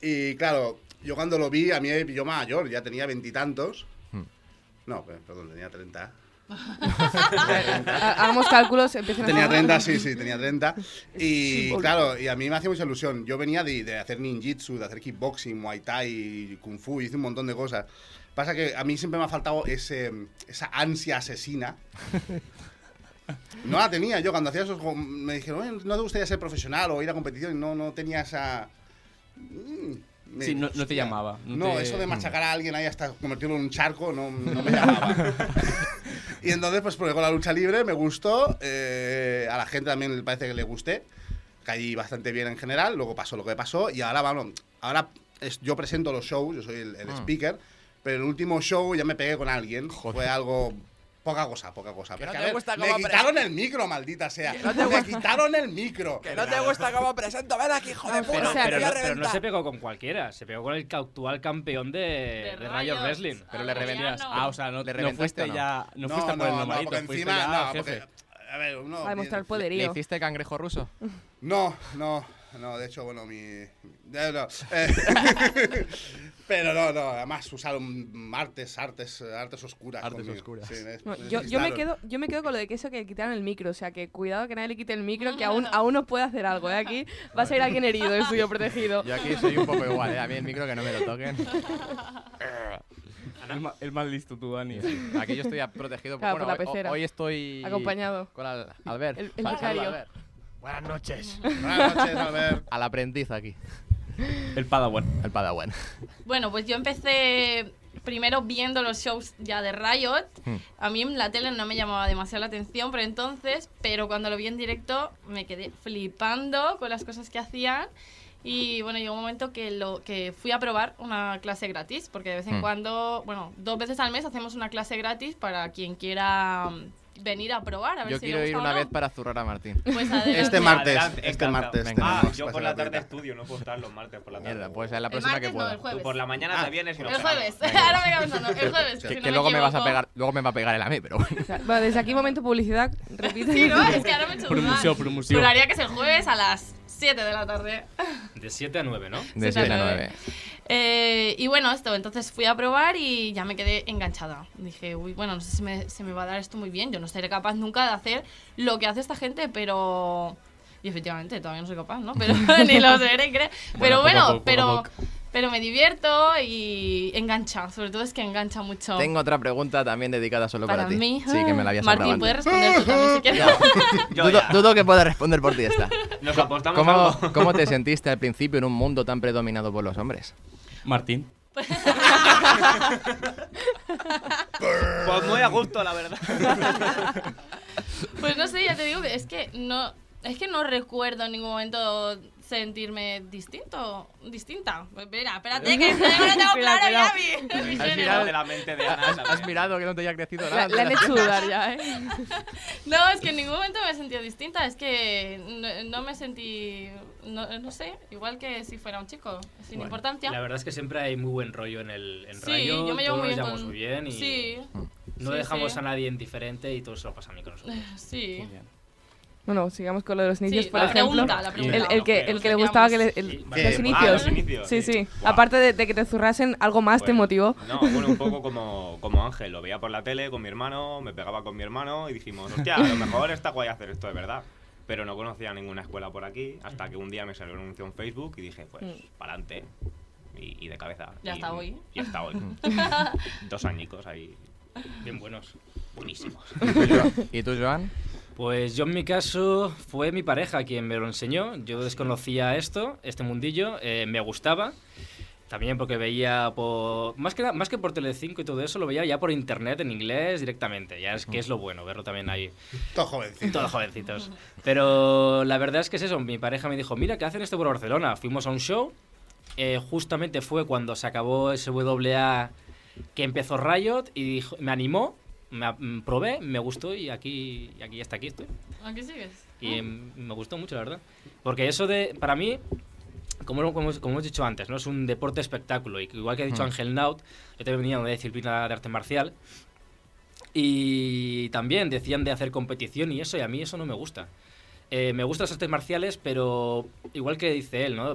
D: Y claro, yo cuando lo vi, a mí me pilló mayor, ya tenía veintitantos.
B: Hmm.
D: No, pe- perdón, tenía treinta.
C: Ha- Hagamos cálculos, empiecen a
D: Tenía
C: sumar.
D: 30, sí, sí, tenía 30.
C: Sí,
D: Y
C: boludo.
D: claro, y a mí me hacía mucha ilusión. Yo venía de, de hacer ninjitsu, de hacer kickboxing, muay thai, kung fu, hice un montón de cosas. Pasa que a mí siempre me ha faltado ese, esa ansia asesina. No la tenía yo cuando hacía esos. go- Me dijeron, "Oye, ¿no te gustaría ser profesional o ir a competición? Y no, no tenía esa. Mm, me-
A: Sí, no- no te
D: hostia.
A: llamaba,
D: No,
A: no te- mm.
D: eso de machacar a alguien ahí hasta convertirlo en un charco no, no me llamaba. Y entonces, pues probé con la lucha libre, me gustó. eh, a la gente también le parece que le gusté. Caí bastante bien en general, luego pasó lo que pasó. Y ahora, vamos, ahora es- yo presento los shows, yo soy el, el
B: Ah.
D: speaker. Pero el último show ya me pegué con alguien. Fue algo. Poca cosa, poca cosa.
B: Que no
D: Pero es
B: te
D: a ver,
B: gusta
D: me
B: cómo pre-
D: quitaron el micro, maldita sea.
B: no te
D: me quitaron el micro.
B: gusta cómo presento, ven aquí, hijo de
C: puta,
G: Pero,
C: O sea,
G: pero
C: te
G: no, pero no se pegó con cualquiera, se pegó con el ca- actual campeón de, de, Rayo
F: rayos.
G: Wrestling.
B: Pero le
F: Ah, ya
B: reventas.
F: no.
A: Ah, o sea, no,
B: ¿Le
A: no
B: reventaste
A: fuiste
B: o no?
A: ya. No, fuiste a por el normalito,
D: porque
A: fuiste
D: encima,
A: ya al
D: no,
A: jefe.
D: porque- a ver, uno.
C: Va a demostrar el
B: ¿Le
C: poderío.
B: hiciste cangrejo ruso?
D: No, no, no, de hecho, bueno, mi. eh, no, eh, pero no, no, además usaron artes, artes, eh, artes oscuras.
B: Artes
D: conmigo.
B: oscuras.
D: Sí, es-
C: No,
D: es
C: yo, yo me
D: listaron.
C: quedo, yo me quedo con lo de que eso que le quitaron el micro, o sea que cuidado que nadie le quite el micro, que aún, aún no puede hacer algo, ¿eh? Aquí va a salir alguien herido del estudio protegido.
B: Yo aquí soy un poco igual, ¿eh? A mí el micro que no me lo toquen.
A: El, ma- el más listo tú, Dani.
B: Aquí yo estoy a- protegido.
C: Claro,
B: bueno,
C: por la
B: hoy-
C: pecera.
B: Hoy, estoy...
C: Acompañado.
B: Con Al- Albert.
C: El- el
B: Al-
C: vicario.
B: Albert. Buenas noches.
D: Buenas noches, Albert.
B: Al aprendiz aquí,
A: El Padawan.
B: al padawan.
F: Bueno, pues yo empecé primero viendo los shows ya de Riot.
B: Hmm.
F: A mí la tele no me llamaba demasiado la atención por entonces, pero cuando lo vi en directo me quedé flipando con las cosas que hacían. Y bueno, llegó un momento que, lo, que fui a probar una clase gratis, porque de vez en
B: Hmm.
F: cuando, bueno, dos veces al mes hacemos una clase gratis para quien quiera mm, venir a probar. A ver
B: Yo
F: si le
B: quiero
F: gusta
B: ir
F: o
B: una
F: no.
B: vez para zurrar a Martín.
F: Pues adelante.
D: Este martes,
E: Adelante,
D: este
E: encantado.
D: martes.
B: Venga.
E: Ah,
D: tenemos
E: yo
D: clase
E: por la tarde
D: gratuita.
E: estudio, no puedo estar los martes por la tarde.
B: Mierda, pues es la
F: El
B: próxima que
F: martes no,
B: pueda.
F: el jueves.
E: Tú por la mañana
B: Ah,
E: te vienes y no
F: El jueves,
E: Venga.
F: ahora me quedo pensando, el jueves.
D: Sí,
F: si
B: Que,
F: no
B: que
F: me
B: luego me vas a
F: equivoco.
B: pegar, luego me va a pegar él a mí, pero bueno.
C: O sea, bueno, desde aquí momento publicidad, repite.
F: Sí, no, es que ahora me he hecho dudar.
A: Promoción, promoción.
F: Juraría que es el jueves a las 7 de la tarde.
G: De 7 a 9, ¿no?
B: De
F: Sí,
B: 7 a
F: tal
B: 9.
F: Eh, y bueno, esto, entonces fui a probar y ya me quedé enganchada. Dije, uy, bueno, no sé si me, se me va a dar esto muy bien. Yo no seré capaz nunca de hacer lo que hace esta gente, pero... Y efectivamente, todavía no soy capaz, ¿no? Pero ni lo seré, creo. Pero
A: Bueno, poco a
F: bueno,
A: poco, poco
F: pero...
A: a
F: Pero me divierto y engancha, sobre todo es que engancha mucho.
B: Tengo otra pregunta también dedicada solo para,
F: para
B: ti.
F: mí.
B: Sí, que me la habías
F: Martín,
B: grabado.
F: puedes responder tú también si quieres.
E: Yo
B: dudo,
E: ya.
B: dudo que pueda responder por ti esta.
E: Nos apostamos
B: ¿Cómo,
E: algo.
B: ¿Cómo te sentiste al principio en un mundo tan predominado por los hombres?
A: Martín.
E: Pues muy a gusto, la verdad.
F: Pues no sé, ya te digo que es que no es que no recuerdo en ningún momento sentirme distinto, distinta. Pues Mira, espérate que no tengo
C: Cuidado,
F: claro
C: cuidado.
F: ya mi, mi género.
B: Al final-
E: de la mente de Ana. ¿sabes?
B: Has mirado que no te haya crecido nada.
C: La, la han hecho dudar ya, ¿eh?
F: No, es que en ningún momento me he sentido distinta, es que no, no me sentí no, no sé, igual que si fuera un chico, sin
B: Bueno,
F: importancia.
G: La verdad es que siempre hay muy buen rollo en el en
F: sí,
G: Rayo.
F: yo me llevo
G: todos
F: muy bien
G: nos llevamos
F: con-
G: muy bien y
F: Sí,
G: no
F: sí,
G: dejamos
F: sí.
G: a nadie indiferente y todo se lo pasa a mí con nosotros.
F: sí.
C: Bueno, sigamos con lo de los inicios,
F: Sí,
C: por
F: la
C: ejemplo.
F: pregunta, la
C: el,
F: pregunta.
C: el que, el que le gustaba que le- el-
G: Sí,
C: los
G: ah,
C: inicios.
E: los inicios,
C: sí,
E: sí.
C: sí.
E: Buah.
C: Aparte de, de que te zurrasen, algo más te
E: Bueno,
C: motivó.
E: No, bueno, un poco como, como Ángel. Lo veía por la tele con mi hermano, me pegaba con mi hermano y dijimos, hostia, a lo mejor está guay hacer esto de verdad. Pero no conocía ninguna escuela por aquí hasta que un día me salió un anuncio en Facebook y dije, pues,
C: Mm.
E: para adelante. Y, y de cabeza.
F: Y hasta hoy.
E: Y hasta hoy. Dos añicos ahí.
G: Bien buenos.
E: Buenísimos.
B: ¿Y tú, Joan?
G: Pues yo en mi caso fue mi
E: ¿Ah,
G: pareja quien me lo enseñó. Yo desconocía esto, este mundillo, eh, me gustaba. También porque veía por. Más que, na- más que por Telecinco y todo eso, lo veía ya por internet en inglés directamente. Ya es que es lo bueno verlo también ahí.
D: Todo jovencito.
G: Todos jovencitos. Pero la verdad es que es eso. Mi pareja me dijo, mira, que hacen esto por Barcelona. Fuimos a un show. eh, justamente fue cuando se acabó SWA que empezó Riot y dijo- me animó, me a- mm, probé, me gustó y aquí, y aquí hasta aquí estoy.
F: Aquí sigues.
C: Ah.
G: Y em, me gustó mucho, la verdad. Porque eso de, para mí, como, lo- como, hemos- como hemos dicho antes, ¿no? es un deporte espectáculo. Y que igual que ha dicho
B: Mm.
G: Ángel Naut, yo también venía de una disciplina de arte marcial. Y también decían de hacer competición y eso, y a mí eso no me gusta. Eh, me gustan las artes marciales, pero igual que dice él, ¿no?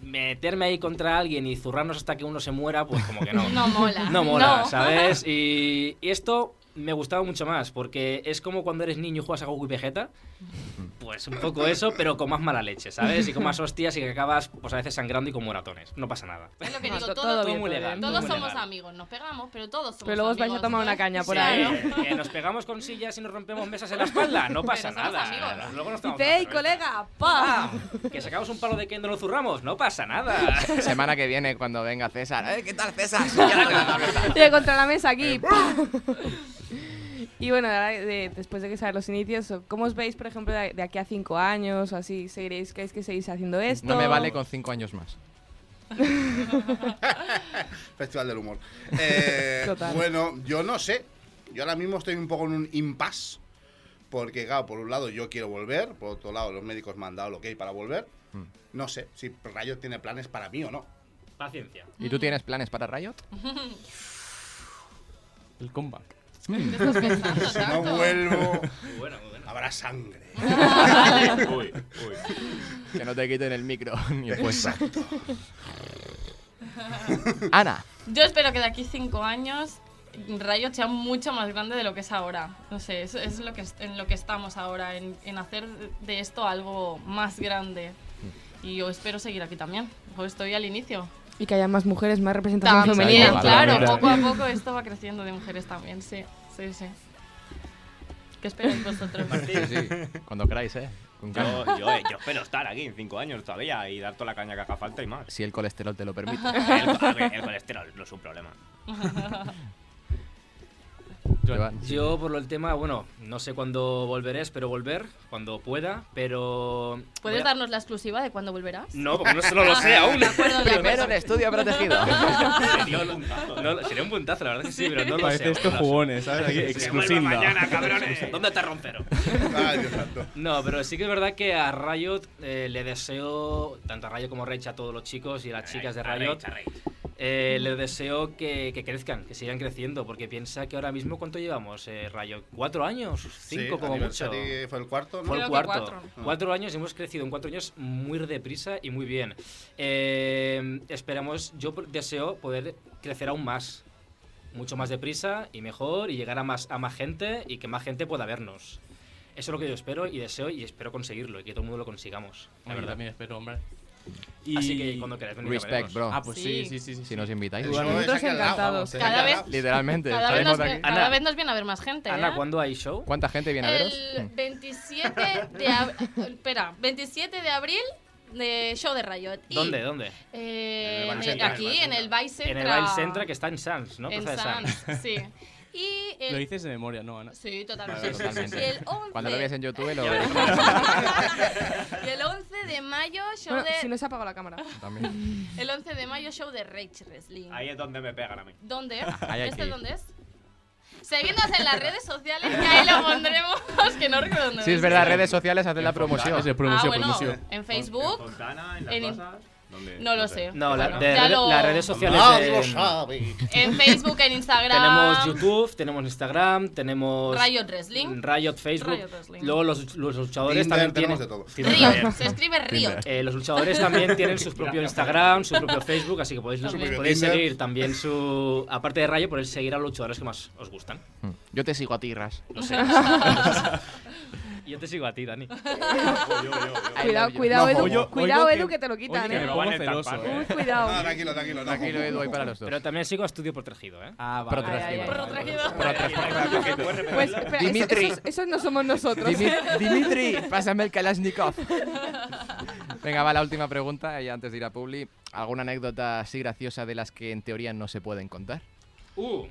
G: Meterme ahí contra alguien y zurrarnos hasta que uno se muera, pues como que no.
F: No mola.
G: No mola,
F: No.
G: ¿sabes? Y, y esto me gustaba mucho más, porque es como cuando eres niño y juegas a Goku y Vegeta. Pues un poco eso, pero con más mala leche, ¿sabes? Y con más hostias y que acabas, pues a veces sangrando y con moratones. No pasa nada.
F: Es lo que
C: No,
F: digo,
C: to-
F: todo-
C: todo bien,
G: muy
C: todo
G: legal,
C: bien.
F: todos
G: muy
F: somos
G: legal.
F: amigos, nos pegamos, pero todos somos
C: Pero luego os vais a
F: amigos,
C: tomar una
F: ¿sabes?
C: caña por
G: Sí,
C: ahí.
G: que nos pegamos con sillas y nos rompemos mesas en la espalda. No pasa
F: Pero somos
G: nada.
F: amigos.
G: Luego nos tomamos una
C: Dice, ¡Ey,
G: cerveza.
C: colega!
G: Ah,
C: ¡Pa!
G: que sacamos un palo de Kendo y nos zurramos. No pasa nada.
B: Semana que viene, cuando venga César. "Eh, ¿Qué tal, César? Sí, ya la conozco, ¿verdad?".
C: Oye, contra la mesa aquí. ¡pa! Y bueno, ahora de- después de que saber los inicios, ¿cómo os veis, por ejemplo, de, de aquí a cinco años o así? ¿Seguiréis, ¿Creéis que seguís haciendo esto?
B: No me vale con cinco años más.
D: Festival del humor. Eh,
C: Total.
D: bueno, yo no sé. Yo ahora mismo estoy un poco en un impasse. Porque, claro, por un lado yo quiero volver. Por otro lado, los médicos me han dado lo que hay para volver.
G: Hmm.
D: No sé si Rayo tiene planes para mí o no.
G: Paciencia.
B: ¿Y tú tienes planes para Riot?
A: El comeback.
D: Si no vuelvo,
G: Muy bueno, muy bueno.
D: habrá sangre.
E: Uy, uy.
B: Que no te quiten el micro. ni el puesto.
D: Exacto.
B: Ana.
F: Yo espero que de aquí cinco años Riot sea mucho más grande de lo que es ahora. No sé, eso es lo que es- en lo que estamos ahora, en, en hacer de esto algo más grande. Y yo espero seguir aquí también. Yo estoy al inicio.
C: Y que haya más mujeres, más representación
F: También,
C: femenina.
B: Vale,
F: claro,
B: vale.
F: poco a poco esto va creciendo de mujeres también, sí, sí, sí. ¿Qué esperáis vosotros?
B: Sí, sí. Cuando queráis, ¿eh? Con calma.
E: Yo, yo, eh, yo espero estar aquí en 5 años todavía y dar toda la caña que haga falta y más.
B: Si el colesterol te lo permite.
E: El, el colesterol no es un problema.
B: Joan.
G: Yo por lo el tema, bueno, no sé cuándo volveré, espero volver, cuando pueda, pero... voy
F: ¿Puedes
G: a-
F: darnos la exclusiva de cuándo volverás?
G: No, porque no, se- no lo sé
F: Ah,
G: aún.
F: de acuerdo, de
B: Primero en
F: acuerdo.
B: estudio protegido.
G: No, sería un puntazo, la verdad que sí, pero no lo sé.
A: Parece estos
G: no lo sé.
A: jugones, ¿sabes? Aquí,
G: Sí, vuelvo
A: exclusiva.
G: mañana, cabrones. ¿Dónde está Roncero?
D: Ay, Dios santo.
G: No, pero sí que es verdad que a Riot eh, le deseo, tanto a Riot como a Rage, a todos los chicos y a las chicas de Riot, eh, les deseo que, que crezcan, que sigan creciendo, porque piensa que ahora mismo, ¿cuánto llevamos, eh, Riot? ¿Cuatro años? ¿Cinco
D: Sí,
G: como mucho?
D: Anniversary Fue el cuarto, ¿no?
G: Fue el
F: Creo que
G: cuarto.
F: cuatro.
G: Cuatro. años y hemos crecido en cuatro años muy deprisa y muy bien. Eh, esperamos, yo pr- deseo poder crecer aún más. Mucho más deprisa y mejor y llegar a más, a más gente y que más gente pueda vernos. Eso es lo que yo espero y deseo y espero conseguirlo y que todo el mundo lo consigamos. La
A: La verdad,
G: verdad.
A: también espero, hombre.
G: Así que cuando queráis venir a
B: Respect,
G: vernos.
B: bro.
A: Ah, pues sí,
F: Sí.
A: sí, sí. sí,
B: Si
A: sí.
B: nos invitáis.
D: El show es
C: Nosotros
D: aquí al lado,
C: encantados.
D: vamos, es
F: Cada
D: aquí al
F: vez-
D: lado.
B: Literalmente.
F: Cada vez,
B: salimos
F: nos,
B: de
F: ve-
B: aquí.
F: cada
G: Ana.
F: vez nos viene a ver más gente.
G: Ana,
F: ¿eh?
G: ¿cuándo hay show?
B: ¿Cuánta gente viene a veros? Hmm.
F: El 27 de abril. espera, 27 de abril de show de Riot. Y,
G: ¿Dónde? ¿Dónde?
F: eh,
D: En el Vice
F: eh,
D: Central,
F: aquí,
D: en
F: en el
D: el Vice
F: Vice
G: En
F: Central.
G: el Bail Centra que está en Sans, ¿no?
F: En
G: Plaza de Sans.
F: Sans, sí. Y
A: Lo
F: el,
A: dices de memoria, ¿no, Ana?
F: sí,
B: Sí,
F: totalmente.
B: totalmente.
F: Y el 11,
B: Cuando lo veas en YouTube lo
F: y el 11 de mayo show
C: Bueno,
F: de
C: si no se apaga la cámara.
B: También.
F: el 11 de mayo show de Rage Wrestling.
E: Ahí es donde me pegan a mí.
F: ¿Dónde?
B: Ahí hay que
F: ¿Este
B: ir.
F: dónde es? Seguidnos en las redes sociales que ahí lo pondremos, que no recuerdo dónde
B: Sí, es verdad, redes sociales hacen la promoción.
A: Es de
F: Ah,
A: promoción,
F: bueno,
A: promoción.
F: en Facebook.
E: Fontana, en
F: las en-
E: plazas.
F: No lo sé.
G: No, la-
F: Bueno,
G: de
F: ya
G: rede-
F: lo-
G: las redes sociales.
D: Nadie lo
G: en-
D: sabe.
F: En Facebook, en Instagram.
G: Tenemos YouTube, tenemos Instagram, tenemos
F: Riot Wrestling.
G: Riot Facebook.
F: Riot Wrestling.
G: Luego los, los luchadores
D: Tinder,
G: también
D: tenemos
G: tienen.
D: de todo.
G: Tinder
F: Riot.
G: también.
F: Se escribe Riot.
G: Eh, los luchadores también tienen su propio Instagram, su propio Facebook, así que podéis,
F: Su propio
G: podéis
D: Tinder.
G: seguir también su. Aparte de Rayo, podéis seguir a los luchadores que más os gustan.
B: Mm. Yo te sigo a ti, Ras.
G: Lo sé. Yo te sigo a ti, Dani.
C: Cuidado, cuidado,
B: No,
C: Edu.
B: oye,
C: cuidado,
A: oigo
C: Edu,
A: que-
C: que te lo quitan,
A: oye, que
C: eh.
A: me
E: roban
A: pongo
E: el
A: celoso,
E: tampón,
A: eh.
E: eh.
C: Cuidado.
D: No, tranquilo, tranquilo. No,
B: Tranquilo, Edu, voy para los dos.
G: Pero también sigo a Estudio Protegido, ¿eh?
A: Ah,
B: Pero
A: vale.
B: te
C: Ay, ay, ay.
B: recibo.
F: Protegido.
C: Pues, espera, eso-
B: Dimitri.
C: esos, esos no somos nosotros. ¿eh?
B: Dimi- Dimitri, pásame el Kalashnikov. Venga, va la última pregunta y antes de ir a Publi. ¿Alguna anécdota así graciosa de las que en teoría no se pueden contar?
G: Uh,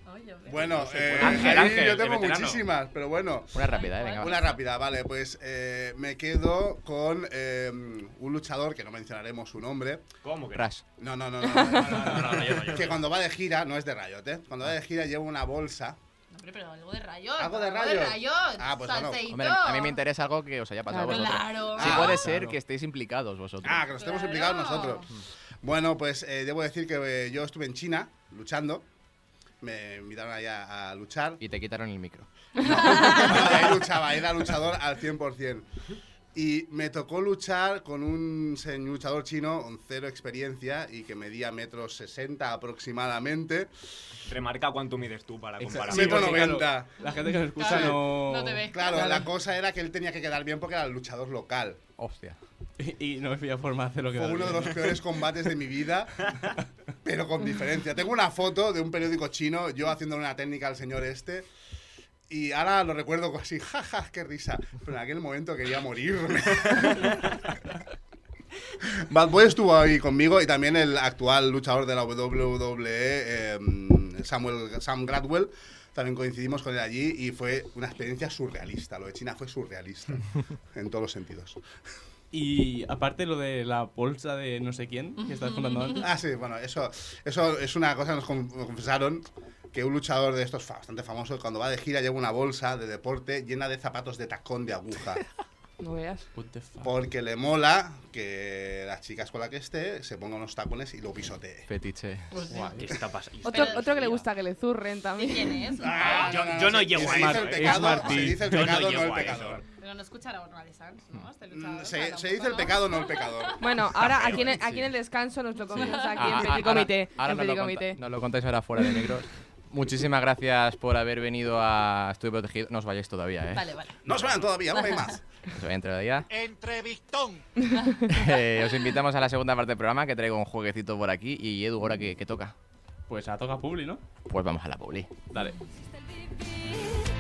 D: Bueno, eh,
G: Ángel,
D: ahí
G: Ángel,
D: yo
G: de
D: tengo
G: veterano.
D: muchísimas, pero bueno.
B: Una rápida, eh, venga. va.
D: Una rápida, vale, pues eh, me quedo con eh, un luchador que no mencionaremos su nombre.
E: ¿Cómo que? no?
B: Crash.
D: No, no, no, no, no, no, no,
E: No, no, no, yo no, yo no.
D: que cuando va de gira, no es de Riot, ¿eh? Cuando va de gira lleva una bolsa.
F: No, hombre, pero algo de rayón.
D: Algo de Rayot. Ah, pues no, no.
F: salseíto.
B: Hombre, a mí me interesa algo que os haya pasado a vosotros.
F: Claro.
B: Sí,
D: Ah,
B: puede ser que estéis implicados vosotros.
D: Ah, que nos estemos implicados
F: Claro.
D: nosotros. Bueno, pues eh, debo decir que eh, yo estuve en China luchando. Me invitaron allá a luchar.
B: Y te quitaron el micro.
D: Bueno, ahí luchaba, era luchador al 100%. Y me tocó luchar con un se- luchador chino con cero experiencia y que medía metros 60 aproximadamente.
E: Remarca cuánto mides tú para
A: Exacto.
E: comparar.
A: Sí,
D: metro
A: porque, claro,
D: 90.
A: la gente que nos escucha
F: Claro,
A: no.
F: no te ve.
D: Claro,
F: Claro.
D: la cosa era que él tenía que quedar bien porque era el luchador local.
B: Hostia.
A: Y, y no había forma de hacer lo que
D: Fue
A: da
D: uno de
A: bien.
D: los peores combates de mi vida, pero con diferencia. Tengo una foto de un periódico chino, yo haciendo una técnica al señor este. Y ahora lo recuerdo así, jaja, qué risa. Pero en aquel momento quería morirme. Bad Boy estuvo ahí conmigo y también el actual luchador de la WWE, eh, Samuel, Sam Gradwell. También coincidimos con él allí y fue una experiencia surrealista. Lo de China fue surrealista en todos los sentidos.
A: Y aparte lo de la bolsa de no sé quién que estás contando antes.
D: Ah, sí, bueno, eso, eso es una cosa que nos con- nos confesaron que un luchador de estos fa- bastante famosos, cuando va de gira, lleva una bolsa de deporte llena de zapatos de tacón de aguja.
C: No veas.
A: What the fuck.
D: Porque le mola que las chicas con las que esté se pongan unos tacones y lo pisotee.
B: Fetiche. Ah,
F: Pues
G: guau, ¿qué está pasando?
C: Otro,
F: Pero-
C: otro que le gusta que le zurren
F: ¿De
C: también.
F: quién es?
D: Ah,
E: yo- yo no
D: se-
E: llego
D: se
E: a
D: dice
E: eso,
D: el
E: eh.
D: pecado,
E: Es
D: Se
E: Martín,
D: dice el
E: yo no
D: pecado, no, el
E: llego a eso.
D: pecador.
F: Pero no escuchará una de Sans, ¿no? Este
D: Mm,
F: luchador, o sea,
D: Se, se
F: tampoco,
D: dice el
F: ¿no?
D: pecado, no el pecador.
C: Bueno, ahora aquí en,
B: feo,
C: el, aquí
B: Ah, sí.
C: en el descanso nos lo comemos aquí
B: Ah,
C: en
B: ah,
C: Petit Comité.
B: Ahora, ahora
C: en
B: nos, lo
C: Petit
B: conta-
C: Comité.
B: nos lo contáis ahora fuera de micros. Muchísimas gracias por haber venido a Estudio Protegido. No os vayáis todavía, ¿eh?
F: Vale, vale.
D: No se vayan todavía, aún hay más.
B: No os vayáis todavía.
I: Entrevistón.
B: Eh, os invitamos a la segunda parte del programa que traigo un jueguecito por aquí. Y Edu, ahora que, que toca.
A: Pues a toca Publi, ¿no?
B: Pues vamos a la publi.
A: Dale.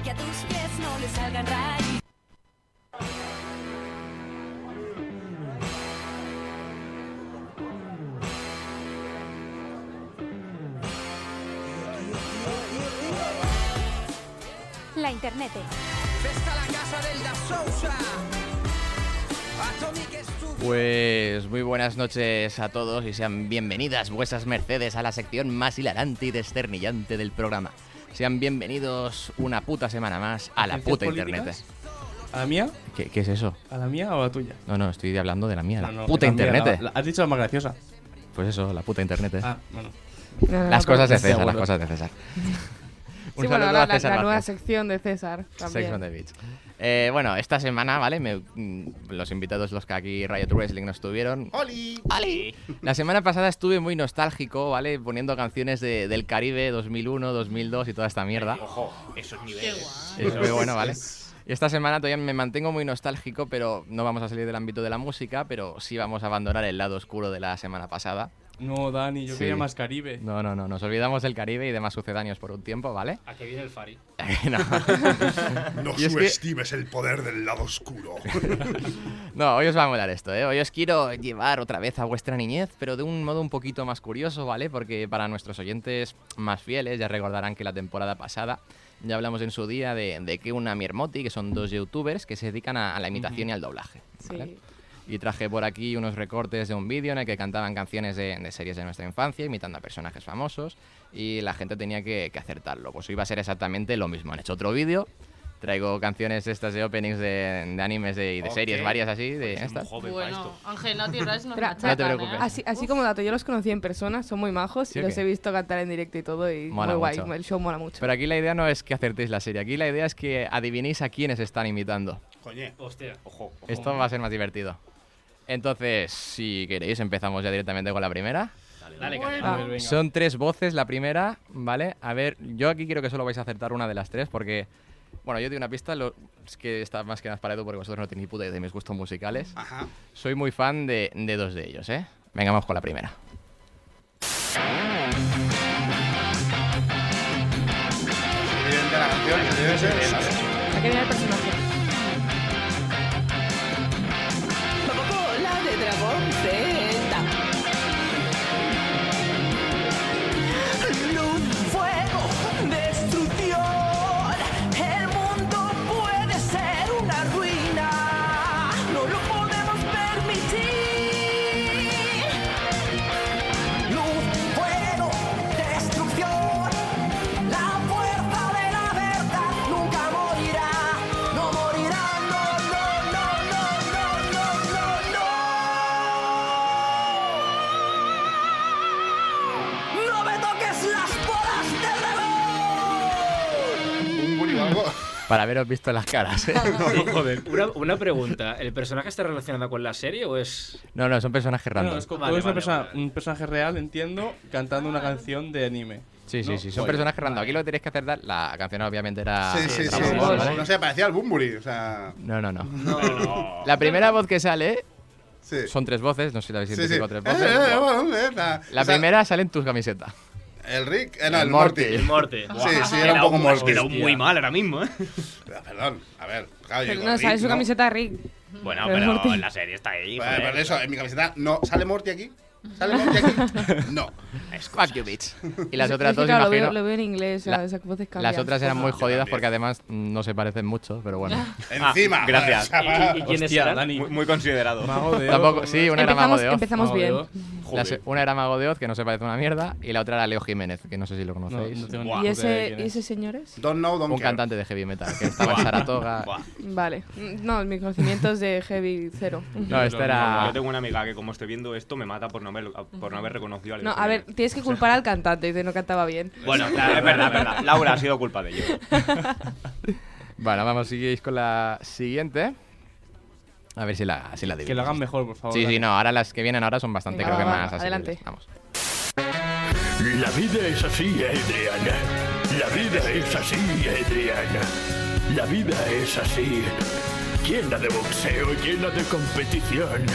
J: Que a tus pies no le salgan rayos.
K: La internet.
I: Festa la casa del Da Sousa. Atomic Studio.
B: Pues muy buenas noches a todos y sean bienvenidas vuestras mercedes a la sección más hilarante y desternillante del programa. Sean bienvenidos una puta semana más a la
A: ¿Ciencias
B: puta
A: políticas?
B: internet.
A: ¿A la mía?
B: ¿Qué, qué es eso?
A: ¿A la mía o a la tuya?
B: No, no, estoy hablando de la mía, la
A: Ah, No, no,
B: puta
A: la mía,
B: internet. eh.
A: la- la- has dicho la más graciosa.
B: Pues eso, la puta internet.
A: Ah, bueno.
C: No, no, no,
B: Las cosas de
A: estoy de
B: César, las
A: acuerdo.
B: cosas de César.
C: Sí, bueno, ahora la, la nueva sección de César
B: Sex on the
C: también.
B: Beach. Eh, bueno, esta semana, ¿vale? Me- mm, los invitados, los que aquí Riot Wrestling nos tuvieron,
D: ¡Oli!
B: La semana pasada estuve muy nostálgico, ¿vale? Poniendo canciones de- del Caribe 2001, 2002 y toda esta mierda.
E: Ojo, esos niveles.
B: Es muy bueno, ¿vale? Y esta semana todavía me mantengo muy nostálgico, pero no vamos a salir del ámbito de la música, pero sí vamos a abandonar el lado oscuro de la semana pasada.
A: No, Dani, yo
B: Sí.
A: quería más Caribe.
B: No, no, no, nos olvidamos del Caribe y demás sucedáneos por un tiempo, ¿vale?
G: ¿A qué viene el Fari?
B: No.
D: No
B: Y es que-
D: subestimes el poder del lado oscuro.
B: No, hoy os va a molar esto, ¿eh? Hoy os quiero llevar otra vez a vuestra niñez, pero de un modo un poquito más curioso, ¿vale? Porque para nuestros oyentes más fieles ya recordarán que la temporada pasada ya hablamos en su día de, de que una Miermoti, que son dos youtubers que se dedican a, a la imitación y al doblaje. ¿vale?
C: Sí.
B: Y traje por aquí unos recortes de un vídeo en el que cantaban canciones de, de series de nuestra infancia, imitando a personajes famosos, y la gente tenía que, que acertarlo. Pues hoy va a ser exactamente lo mismo. Han hecho otro vídeo, traigo canciones estas de openings de, de animes de- y de series,
E: Ok.
B: varias así, de
E: Pues es muy
B: estas.
E: joven para
F: Bueno,
E: esto.
F: Ángel, no te irás, nos
C: Espera,
F: machacan,
B: no te
F: ¿eh?
B: preocupes.
C: Así, así como dato, yo los conocí en persona, son muy majos
B: ¿Sí
C: y
B: o
C: los
B: qué?
C: he visto cantar en directo y todo y
B: Mola
C: muy guay,
B: mucho.
C: el show mola mucho.
B: Pero aquí la idea no es que acertéis la serie, aquí la idea es que adivinéis a quiénes están imitando.
D: Coñe.
G: Hostia.
E: Ojo, ojo.
B: Esto va a ser más divertido. Entonces, si queréis, empezamos ya directamente con la primera.
G: Dale,
F: Bueno.
G: cariño.
A: A ver, venga.
B: Son tres voces la primera, ¿vale? A ver, yo aquí quiero que solo vais a acertar una de las tres porque, bueno, yo doy una pista, lo, es que está más que nada para Edu porque vosotros no tenéis ni puta idea de mis gustos musicales.
D: Ajá.
B: Soy muy fan de, de dos de ellos, ¿eh? Venga, vamos con la primera.
D: Evidente la canción, evidente.
C: Hay que mirar el personaje.
J: Coca-Cola de dragón Z.
B: para haberos visto las caras. ¿eh?
G: Sí, Una, una pregunta, ¿el personaje está relacionado con la serie o es...?
B: No, no, son personajes
A: No,
B: random.
A: es como
G: Vale,
A: tú eres una
G: vale,
A: persona- un personaje real, entiendo, cantando una canción de anime.
B: Sí, sí,
A: ¿no?
B: sí, son
A: Guay.
B: personajes random. Aquí lo que tenéis que hacer dar, la canción obviamente era...
D: sí, sí, sí.
B: Dragon Ball, ¿vale?
D: No sé, parecía al Bumburi. O sea.
B: No, no, no.
D: No, no.
B: La primera voz que sale
D: Sí.
B: son tres voces, no sé si la habéis
D: Sí, sí.
B: identificado tres
D: Eh,
B: voces.
D: eh, bueno, eh, la
B: La
D: o sea,
B: primera sale en tus camisetas.
D: El Rick. eh, no,
B: El
D: el Morty.
B: Morty.
G: El Morte.
D: Sí, sí, era un poco Morty.
E: Quedó muy mal ahora mismo, ¿eh?
D: Pero, Perdón, a ver. Claro, yo
C: Pero
D: digo,
C: no,
D: Rick,
C: sale su
D: ¿no?
C: camiseta Rick.
E: Bueno,
C: Pero
E: pero
C: Morty.
E: la serie está ahí.
D: Bueno,
E: joder.
D: pero eso, en mi camiseta. No, ¿sale Morty aquí? ¿Sale Morty aquí? No.
B: Fuck you, bitch. Y las
C: Es-
B: otras
C: es que,
B: dos,
C: claro, lo
B: imagino...
C: veo, lo veo en inglés, o sea,
B: la-
C: esas voces cambian.
B: Las otras eran muy
D: Yo
B: jodidas
D: también.
B: porque además mm, no se parecen mucho, pero bueno.
D: Encima.
E: Ah, gracias.
D: o sea,
G: Ah, ¿Y, y quiénes
A: Hostia,
G: eran?
A: Dani.
E: Muy, muy
G: Ah.
E: considerado.
A: Mago de Oz.
B: Tampoco, sí, una era Mago
C: empezamos
B: de Oz.
C: empezamos
A: Mago de
C: bien.
A: Oz.
B: La se- una era Mago de Oz, que no se parece una mierda, y la otra era Leo Jiménez, que no sé si lo
A: No, no
B: conocéis.
A: tengo ni
E: Buah.
C: ¿Y
A: puta idea de
C: ese,
A: quién
C: ¿Y
A: es.
C: ese señor es?
D: Don't know, don't
B: un
D: care.
B: cantante de heavy metal, que estaba en
E: Buah.
B: Saratoga.
C: Vale. Mm, No, mis conocimientos de heavy cero.
B: No, esta
E: Yo
B: era...
E: tengo una amiga que como estoy viendo esto me mata por no haber, por no haber reconocido a Leo
C: No, a ver,
E: Jiménez.
C: tienes que culpar al cantante que no cantaba bien.
E: Bueno, claro, es verdad, es verdad. Laura ha sido culpa de ello.
B: Bueno, vamos, seguís con la siguiente. A ver si la, si la
A: Que lo hagan
B: adivináis.
A: mejor, por favor.
B: Sí, sí,
A: Dani.
B: no, ahora las que vienen ahora son bastante,
C: Venga,
B: creo que
C: va, va,
B: más
C: adelante.
B: asequibles. Vamos.
L: La vida es así, Adriana. La vida es así, Adriana. La vida es así. Llena de boxeo, llena de competición.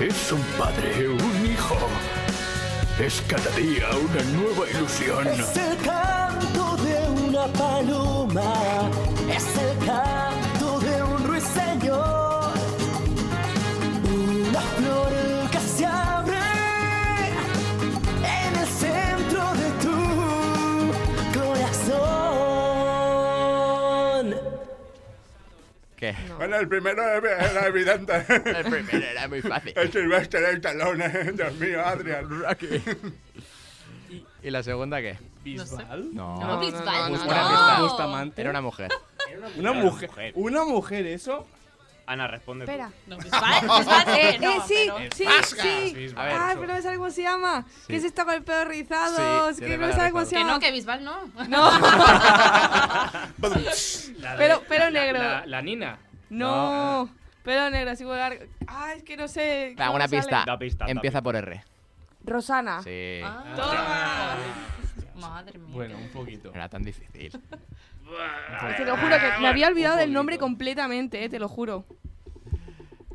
L: Es un padre, un hijo. Es cada día una nueva ilusión.
I: el canto de una paloma, es el canto de un ruiseñor, una flor que se abre en el centro de tu corazón.
B: ¿Qué?
D: Bueno, el primero era evidente.
B: El primero era muy fácil.
D: El Silvestre del talón, eh, Dios mío, Adrian.
B: ¿Y la segunda qué?
A: ¿Bisbal?
B: No.
C: No, no, no, no,
B: Buena
A: Bustamante.
B: pista.
A: Bustamante.
B: Era una mujer.
A: Una
E: Era
A: mujer. Una mujer, eso.
E: Ana, responde. tú.
C: Espera.
F: No, Bisbal, Bisbal, sí,
C: Eh,
F: no,
C: eh, sí,
F: pero-
C: sí, sí.
B: A ver.
C: Ay, pero no sabe cómo se llama.
B: Sí.
C: ¿Qué es esta con el pelo rizado?
B: Sí,
C: Es que
B: tiene
C: no
B: pelo
C: sabe cómo
B: rizado.
C: se
F: Que
C: llama.
F: no, que Bisbal no.
C: No,
G: La de-
C: Pero- pero
G: la- la-
C: negro.
G: La, la Nina.
C: no. Pelo negro, así como largo. Ah, es que no sé.
B: Va,
C: cómo
B: una
C: sale. Ah.
B: pista.
E: Da pista, da
B: Empieza por R.
C: Rosana.
B: Sí.
F: Toma. Madre mía.
A: Bueno, un poquito.
B: No era tan difícil.
C: Te lo juro que me había olvidado del nombre completamente, eh, te lo juro.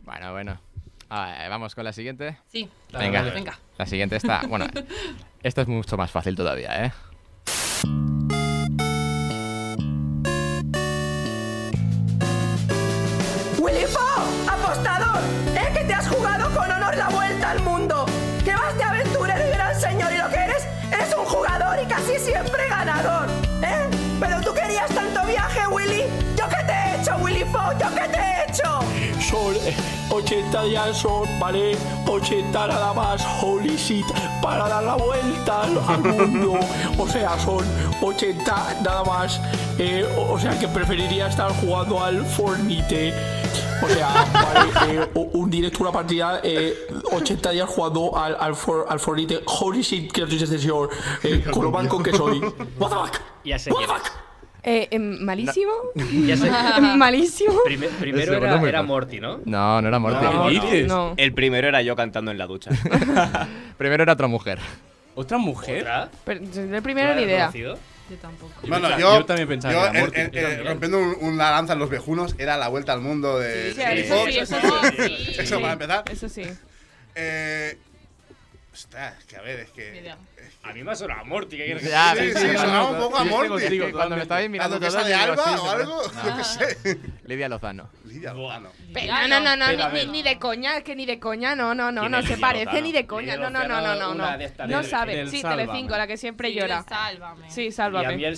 B: Bueno, bueno. A ver, vamos con la siguiente.
F: Sí.
B: Venga.
F: Venga.
B: La siguiente está. Bueno, esta es mucho más fácil todavía, ¿eh?
I: Willy Fo, apostador, es que te has jugado con honor la vuelta al mundo. Que vas de aventurero y gran señor y lo que eres, eres un jugador y casi siempre ganador. ¿Eh? Pero tú querías tanto viaje, Willy. ¿Yo qué te he hecho, Willy Fo? ¿Yo qué te he hecho?
L: Son 80 días, son, ¿vale? 80 nada más, holy shit, para dar la vuelta al- al mundo. O sea, son 80 nada más. Eh, o o sea, que preferiría estar jugando al Fornite. O sea, vale, eh, u- un directo, una partida, eh, 80 días jugando al, al, For- al Fornite. Holy shit, que dices, señor. Eh, con lo mal con que soy. What the fuck?
G: Ya sé
L: What
G: quién
L: the fuck?
C: Eh, em, malísimo.
G: Ya sé.
C: malísimo.
G: Prime- primero
B: segundo
G: era,
B: muy
G: era
B: fácil.
G: Morty, ¿no? Eh.
B: No, no era Morty.
A: ¿Qué dices?
C: No.
E: El primero era yo cantando en la ducha.
B: Primero era otra mujer.
A: ¿Otra mujer?
G: ¿Otra?
C: Pero, de
G: ¿No
C: primero
G: era
C: ni idea.
G: conocido?
F: Yo tampoco.
D: Bueno,
A: pensaba-
D: yo,
A: yo también pensaba
D: yo,
A: que era
D: en-
A: Morty.
D: en-
A: Yo
D: en-
A: también.
D: rompiendo un- una lanza en los viejunos era la vuelta al mundo de.
C: Sí, sí, eso
D: Fox.
C: sí,
F: eso sí.
D: Eso para empezar.
C: Eso sí.
D: Eh, ostras, es que a ver, es que. Ah,
F: Mira.
G: A mí me ha sonado Morty. ¿qué quieres que
B: Ya,
D: Sí,
B: ves,
D: sí,
B: ya,
D: sonaba
B: no,
D: un poco a
B: sí, estoy
D: Morty.
B: contigo, Cuando me estabais
D: ¿La
B: mirando
D: duquesa
B: todo,
D: de
B: digo, sí,
D: Alba
B: se
D: o
B: me-
D: algo? Yo qué sé.
B: Lidia Lozano.
D: Lidia
C: No, no,
D: Lozano.
C: no, no,
A: Pero, a
C: ni,
A: ver.
C: ni de coña, que ni de coña, no, no, no,
G: ¿Quién
C: no
G: es
C: se
G: Lidia
C: parece
G: Lozano?
C: ni de coña, no,
G: Lidia
C: no, no,
G: Lozano,
C: no, no,
G: una
C: no,
G: de estas
C: no
G: del-
C: sabe,
A: del
C: sí,
A: Sálvame.
C: Telecinco, la que siempre
F: Sí,
C: llora,
F: Sálvame.
C: sí,
G: Y a mí
C: sálvame,
G: el
F: Pero ni idea.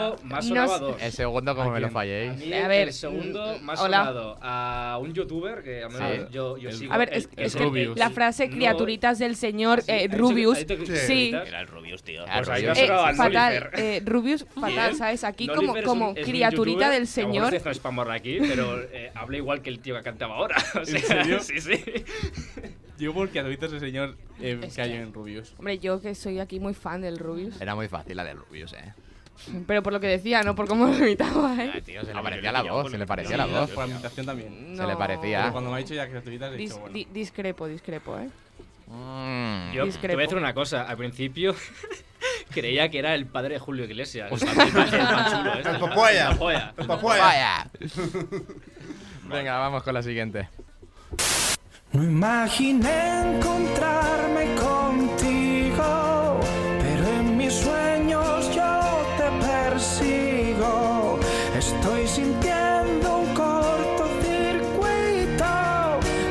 G: segundo más
C: No
G: sonaba
C: sé.
G: dos.
B: El segundo, como
A: ¿A
B: me lo
A: quién?
G: A
B: falláis.
G: mí
C: A ver,
G: el segundo
C: mm,
G: más
C: hola.
G: sonado a un youtuber que a menos
B: Sí.
G: yo, yo
A: El-
G: sigo.
C: a ver,
G: el-
C: es,
G: el-
C: es que
A: Rubius.
C: la frase
G: No,
C: criaturitas del señor
G: sí,
C: eh,
G: ha dicho que- ha
C: Rubius,
G: dicho que
D: Sí.
C: sí,
E: Era el Rubius, tío.
B: Claro,
G: Pues ahí
B: yo-
G: no se
C: eh,
G: lo hagan,
C: fatal,
G: Nolifer.
C: eh, Rubius fatal, ¿sabes? Aquí
G: Nolifer
C: como,
G: es un-
C: como
G: es un
C: criaturita
G: youtuber,
C: del
G: a lo mejor
C: señor,
G: estoy haciendo spam ahora aquí, pero eh, habla igual que el tío que cantaba ahora. O sea,
A: serio?
G: Sí, sí.
A: Yo porque ahorita ese señor eh,
F: Es
A: cayó
F: que-
A: en rubios.
C: hombre, yo que soy aquí muy fan del Rubius,
B: Era muy fácil la de Rubius, eh.
C: Pero por lo que decía, no por cómo lo imitaba,
G: Ah,
C: ¿eh?
B: se le parecía la voz, se le parecía la voz.
A: Por la imitación también.
B: Se le parecía. Mm.
A: Pero cuando me ha dicho ya gratuitas, he
C: Dis-
A: dicho, bueno.
C: di- discrepo, discrepo, ¿eh?
G: Yo te voy
C: Discrepo.
G: a decir una cosa. Al principio creía que era el padre de Julio Iglesias. el,
B: Hostia.
G: más- el más chulo, este,
D: El
G: el más-
D: Popoya.
G: el Popoya.
D: El Popoya.
B: Pues. Venga, vamos con la siguiente.
L: No imaginé encontrarme contigo, pero en mis sueños yo te persigo. Estoy sintiendo un cortocircuito.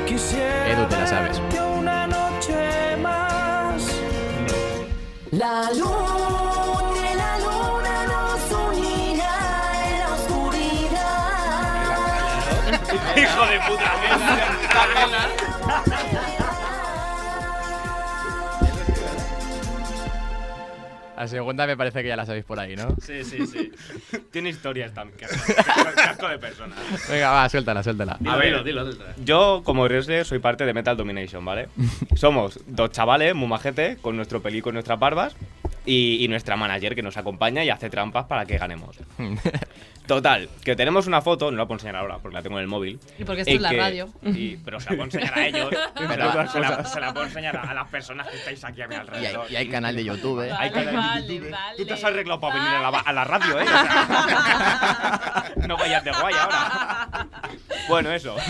L: Quisiera
B: Edu, te la sabes.
L: verte una noche más.
I: La luna, la luna nos unirá en la oscuridad.
L: Hijo de puta.
B: La segunda me parece que ya la sabéis por ahí, ¿no?
E: Sí, sí, sí. Tiene historias tan casco de persona.
B: Venga, va, suéltala, suéltala.
E: A ver,
G: dilo, dilo, dilo.
E: Yo, como wrestler, soy parte de Metal Domination, ¿vale? Somos dos chavales muy majete con nuestro pelí, con nuestras barbas y, y nuestra manager que nos acompaña y hace trampas para que ganemos. Total, que tenemos una foto, no la puedo enseñar ahora porque la tengo en el móvil.
F: Y porque esto
E: en
F: es la
E: que-
F: radio.
E: y- pero se la puedo enseñar a ellos.
B: Pero
E: se, la,
B: otras
E: se la-
B: cosas.
E: se la puedo enseñar a, a las personas que estáis aquí a mi
B: Y hay,
E: alrededor.
B: y hay canal de YouTube. ¿eh?
E: Hay que-
F: vale,
E: Tú te has
F: vale.
E: arreglado para venir a la, a la radio, ¿eh? O sea, no vayas de guay ahora. Bueno, eso.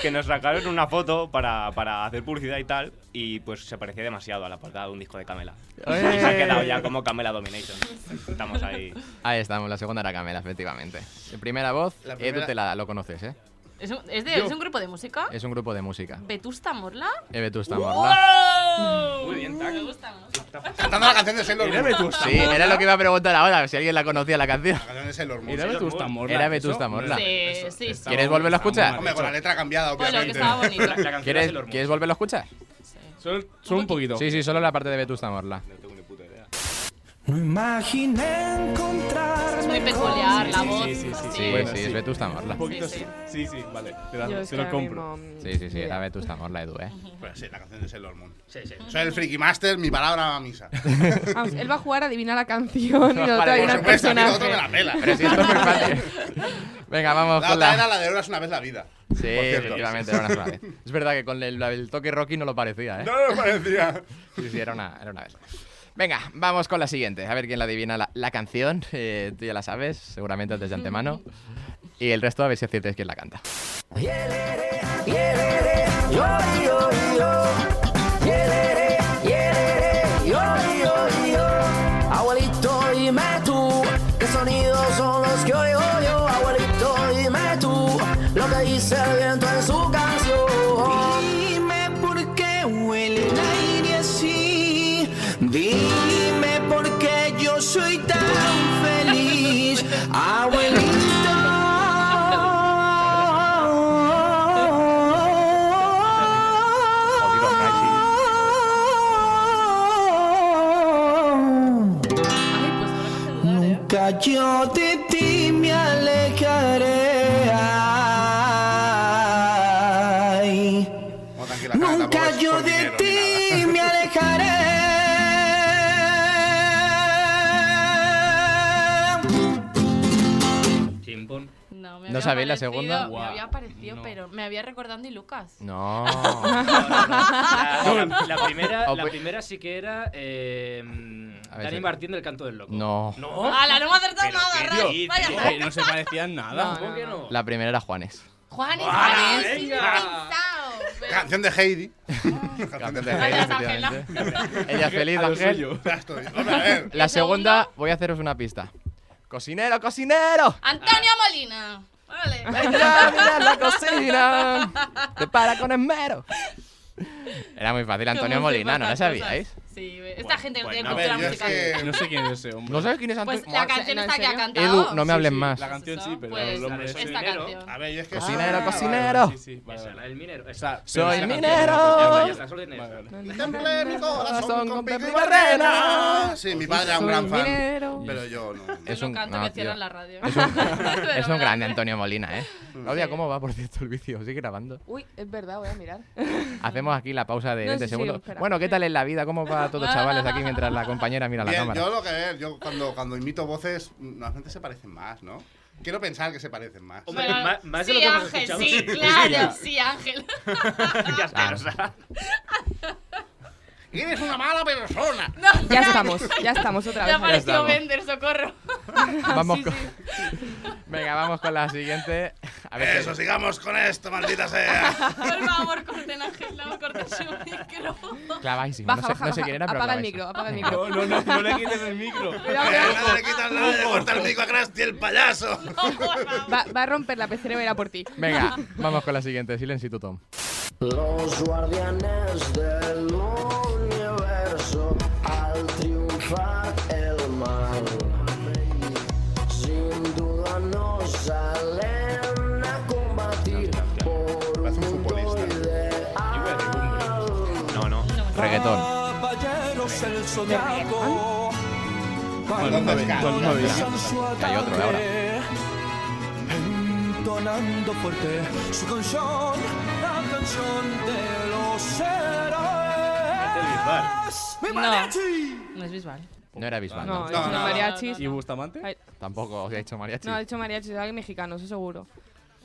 E: Que nos sacaron una foto para, para hacer publicidad y tal. Y pues se parecía demasiado a la portada de un disco de Camela. Y se ha quedado
B: Eh,
E: ya como Camela Domination. Estamos ahí.
B: Ahí estamos, la segunda era Camela, efectivamente. La primera voz,
D: La
B: Edu
D: primera-
B: te la lo conoces, ¿eh?
F: ¿Es un, es de- es un grupo de música?
B: Es un grupo de música.
F: ¿Vetusta Morla?
B: Evetusta Morla.
C: Oh.
E: Muy bien,
F: Me gusta, me gusta.
D: Cantando la canción de Sailor Moon.
B: Sí, era lo que iba a preguntar ahora, si alguien la conocía la canción.
D: La canción de Sailor Moon.
A: Era
D: sí.
A: Vetusta Morla.
B: Era
A: eso
B: Vetusta
A: no era-
B: Morla.
F: Sí,
A: eso
F: sí, sí.
A: estaba-
B: ¿Quieres volverlo a
A: estaba
B: escuchar?
A: muy
D: Hombre,
A: mal
D: con la letra cambiada,
F: Bueno, que
D: obviamente.
F: estaba bonito.
G: La canción de
B: ¿Quieres,
G: Sailor Moon.
B: ¿Quieres volverlo a escuchar?
F: Sí.
A: hecho. Solo, solo un poquito.
B: Sí, sí, solo la parte de Vetusta Morla.
L: No imaginé encontrarme
F: Es muy peculiar la voz.
A: sí, sí, sí.
B: Sí,
A: Bueno,
B: sí,
A: sí.
B: es Vetusta Morla.
A: Un poquito
F: Sí,
A: sí. Sí, sí, vale. Te, la-
C: Yo
A: te
C: es que
A: lo
C: ahora
A: compro.
C: mismo, mm,
B: Sí, sí, sí,
C: ni
B: era
C: idea.
B: Vetusta Morla, Edu, ¿eh?
D: Pues sí, la canción de Sailor Moon.
G: Sí, sí.
D: Soy el Freaky Master, mi palabra va a misa.
C: Vamos, él va a jugar a adivinar la canción y lo
B: Vale,
C: otro
B: por
C: adivinar el
D: Supuesto, tío, otro me
C: personaje.
D: la pela.
B: Pero sí, esto es muy fácil. Venga, vamos
D: La
B: con
D: otra era
B: la...
D: la de Euras una vez la vida.
B: Sí,
D: cierto.
B: efectivamente, era una sola vez. Es verdad que con el, el toque Rocky no lo parecía, ¿eh?
D: No me parecía.
B: Sí, sí, era una, era una vez. Venga, vamos con la siguiente. A ver quién la adivina la, la canción. Eh, tú ya la sabes, seguramente desde antemano. Y el resto a ver si aciertáis quién la canta.
L: Abuelito, dime tú, qué sonidos son los que oigo yo. Abuelito, dime tú, lo que dice el viento en su canción. Dime por qué huele el aire así. Dime por qué yo soy tan feliz. Abuelito.
E: Jodido, Pricey.
F: Ay, pues ahora me hace dudar, ¿eh?
L: Nunca yo de ti me alejaré. Ay,
D: Bueno, tranquila, cara, tampoco
L: nunca
D: es
L: yo
D: por
L: de
D: dinero ni
L: ti
D: nada.
L: me alejaré.
G: Chimpón.
F: No, me
B: ¿No
F: había
B: sabéis la
F: parecido-
B: segunda?
F: Me
A: Guau,
F: había parecido,
A: no.
F: pero me había recordando y Lucas.
B: No.
G: La, Ah, la- la primera,
B: O
G: la
B: pues-
G: primera sí que era eh,
B: A ver,
G: Dani
B: sí.
G: Martín del Canto del Loco.
B: No.
G: ¿No?
F: ¡Hala, no me ha acertado
E: Pero
F: nada,
E: qué
F: Ray!
E: dices.
F: ¡Vaya
E: No.
A: Eh,
F: Ray!
A: no se parecían nada.
G: ¿Cómo que no?
B: La primera era Juanes.
F: ¡Juan es
G: ¡Hala,
A: Ah,
F: Juanes, sí,
G: venga!
F: pensado, pero-
D: Canción de Heidi. Canción de Heidi.
F: Gracias,
B: efectivamente. Ella feliz,
A: A lo
B: Ángel.
A: suyo.
D: Ya estoy. Hombre, a ver.
B: La
F: ¿La
B: segunda,
F: segunda?
B: voy a haceros una pista. ¡Cocinero, cocinero!
F: ¡Antonio Molina! Vale.
B: ¡Venga, mira la cocina! ¡Prepara con esmero! Era muy fácil, Antonio
F: Como
B: Molina, ¿no la
F: cosas.
B: sabíais?
F: Sí, ve- esta
E: Bueno,
F: gente no
E: bueno,
F: tiene
D: A
F: cultura
D: ver, yo es
F: musical.
D: que.
A: No sé quién es ese hombre.
B: ¿No sabes quién es Antonio?
F: Pues la canción
C: ¿no, en
F: está que ha
C: serio?
F: cantado.
B: Edu, no me hables
A: sí,
B: más.
A: La canción sí, pero
F: Pues,
A: el hombre
G: la de
A: sí.
F: esta
G: Dinero.
F: canción.
D: A ver, yo es que.
B: Cocinero,
D: Ah,
B: cocinero.
A: Sí, sí, vale,
G: Esa,
A: vale.
G: pues, la del minero.
A: O sea, pero
B: ¡Soy
A: esa canción-
B: minero!
G: La solo tiene
A: Vale,
G: esa.
A: vale.
D: vale. Temple mi corazón
B: Corazón
D: con
B: con
D: Pepe
B: Pepe
D: y
B: y Barrena.
D: Barrena. Sí, mi padre era un
C: Soy
D: gran fan.
C: minero.
D: Pero yo no.
B: Es
F: Es
B: un-
F: un canto
B: no,
F: que
B: tío.
F: cierran la radio.
B: Es un grande Antonio Molina, ¿eh? Claudia, ¿cómo va, por cierto, el vicio? ¿Sigue grabando?
C: Uy, es verdad, voy a mirar.
B: Hacemos aquí la pausa de
C: No,
B: 20
C: sí, sí,
B: segundos.
C: espera.
B: bueno, ¿qué tal es la vida? ¿Cómo va a todos chavales aquí mientras la compañera mira la
D: Bien,
B: cámara.
D: yo lo que yo cuando, cuando imito voces, normalmente se parecen más, ¿no? Quiero pensar que se parecen más.
F: Hombre, Pero- ma- más de sí, lo que hemos Ángel, escuchado. sí, claro, sí, Ángel.
D: ya Eres una mala persona.
C: Ya estamos, ya estamos otra vez.
F: Ya apareció
B: estamos.
F: Bender, socorro.
C: Ah,
B: Vamos con... Venga, vamos con la siguiente. A ver
D: Eso, sigamos con esto, maldita sea.
F: Por favor, corten Ángel, no corten su micro.
B: Clavaísimo.
C: Baja,
B: no sé,
C: baja,
B: no sé
C: baja.
B: quién era, pero
C: apaga el
B: clavaísimo.
C: micro, apaga el
B: Venga.
C: micro.
A: No, no, no le quites el micro.
D: No le quitas nada de cortar el micro a Crash, el payaso.
C: Va, va a romper la pecera y verá por ti.
B: Venga, vamos con la siguiente. Silencio, Tom.
M: Los guardianes del universo al triunfar el mal. Sin duda nos salen a combatir por un mundo ideal.
N: No, no.
B: Reggaetón.
M: Caballeros el zodiaco.
B: Bueno,
M: Cuando
B: noventa,
M: cantan
B: noventa.
M: su
B: Hay otro ahora.
M: ataque, Entonando fuerte su canción, la canción de los héroes. ¡Mi
F: No.
M: mariachi!
F: No es visual.
B: No era Bisbal.
C: No, no, no, mariachis.
A: ¿Y Bustamante?
C: Ay,
B: Tampoco os he hecho mariachi.
C: No, ha dicho mariachis, es alguien mexicano, eso seguro.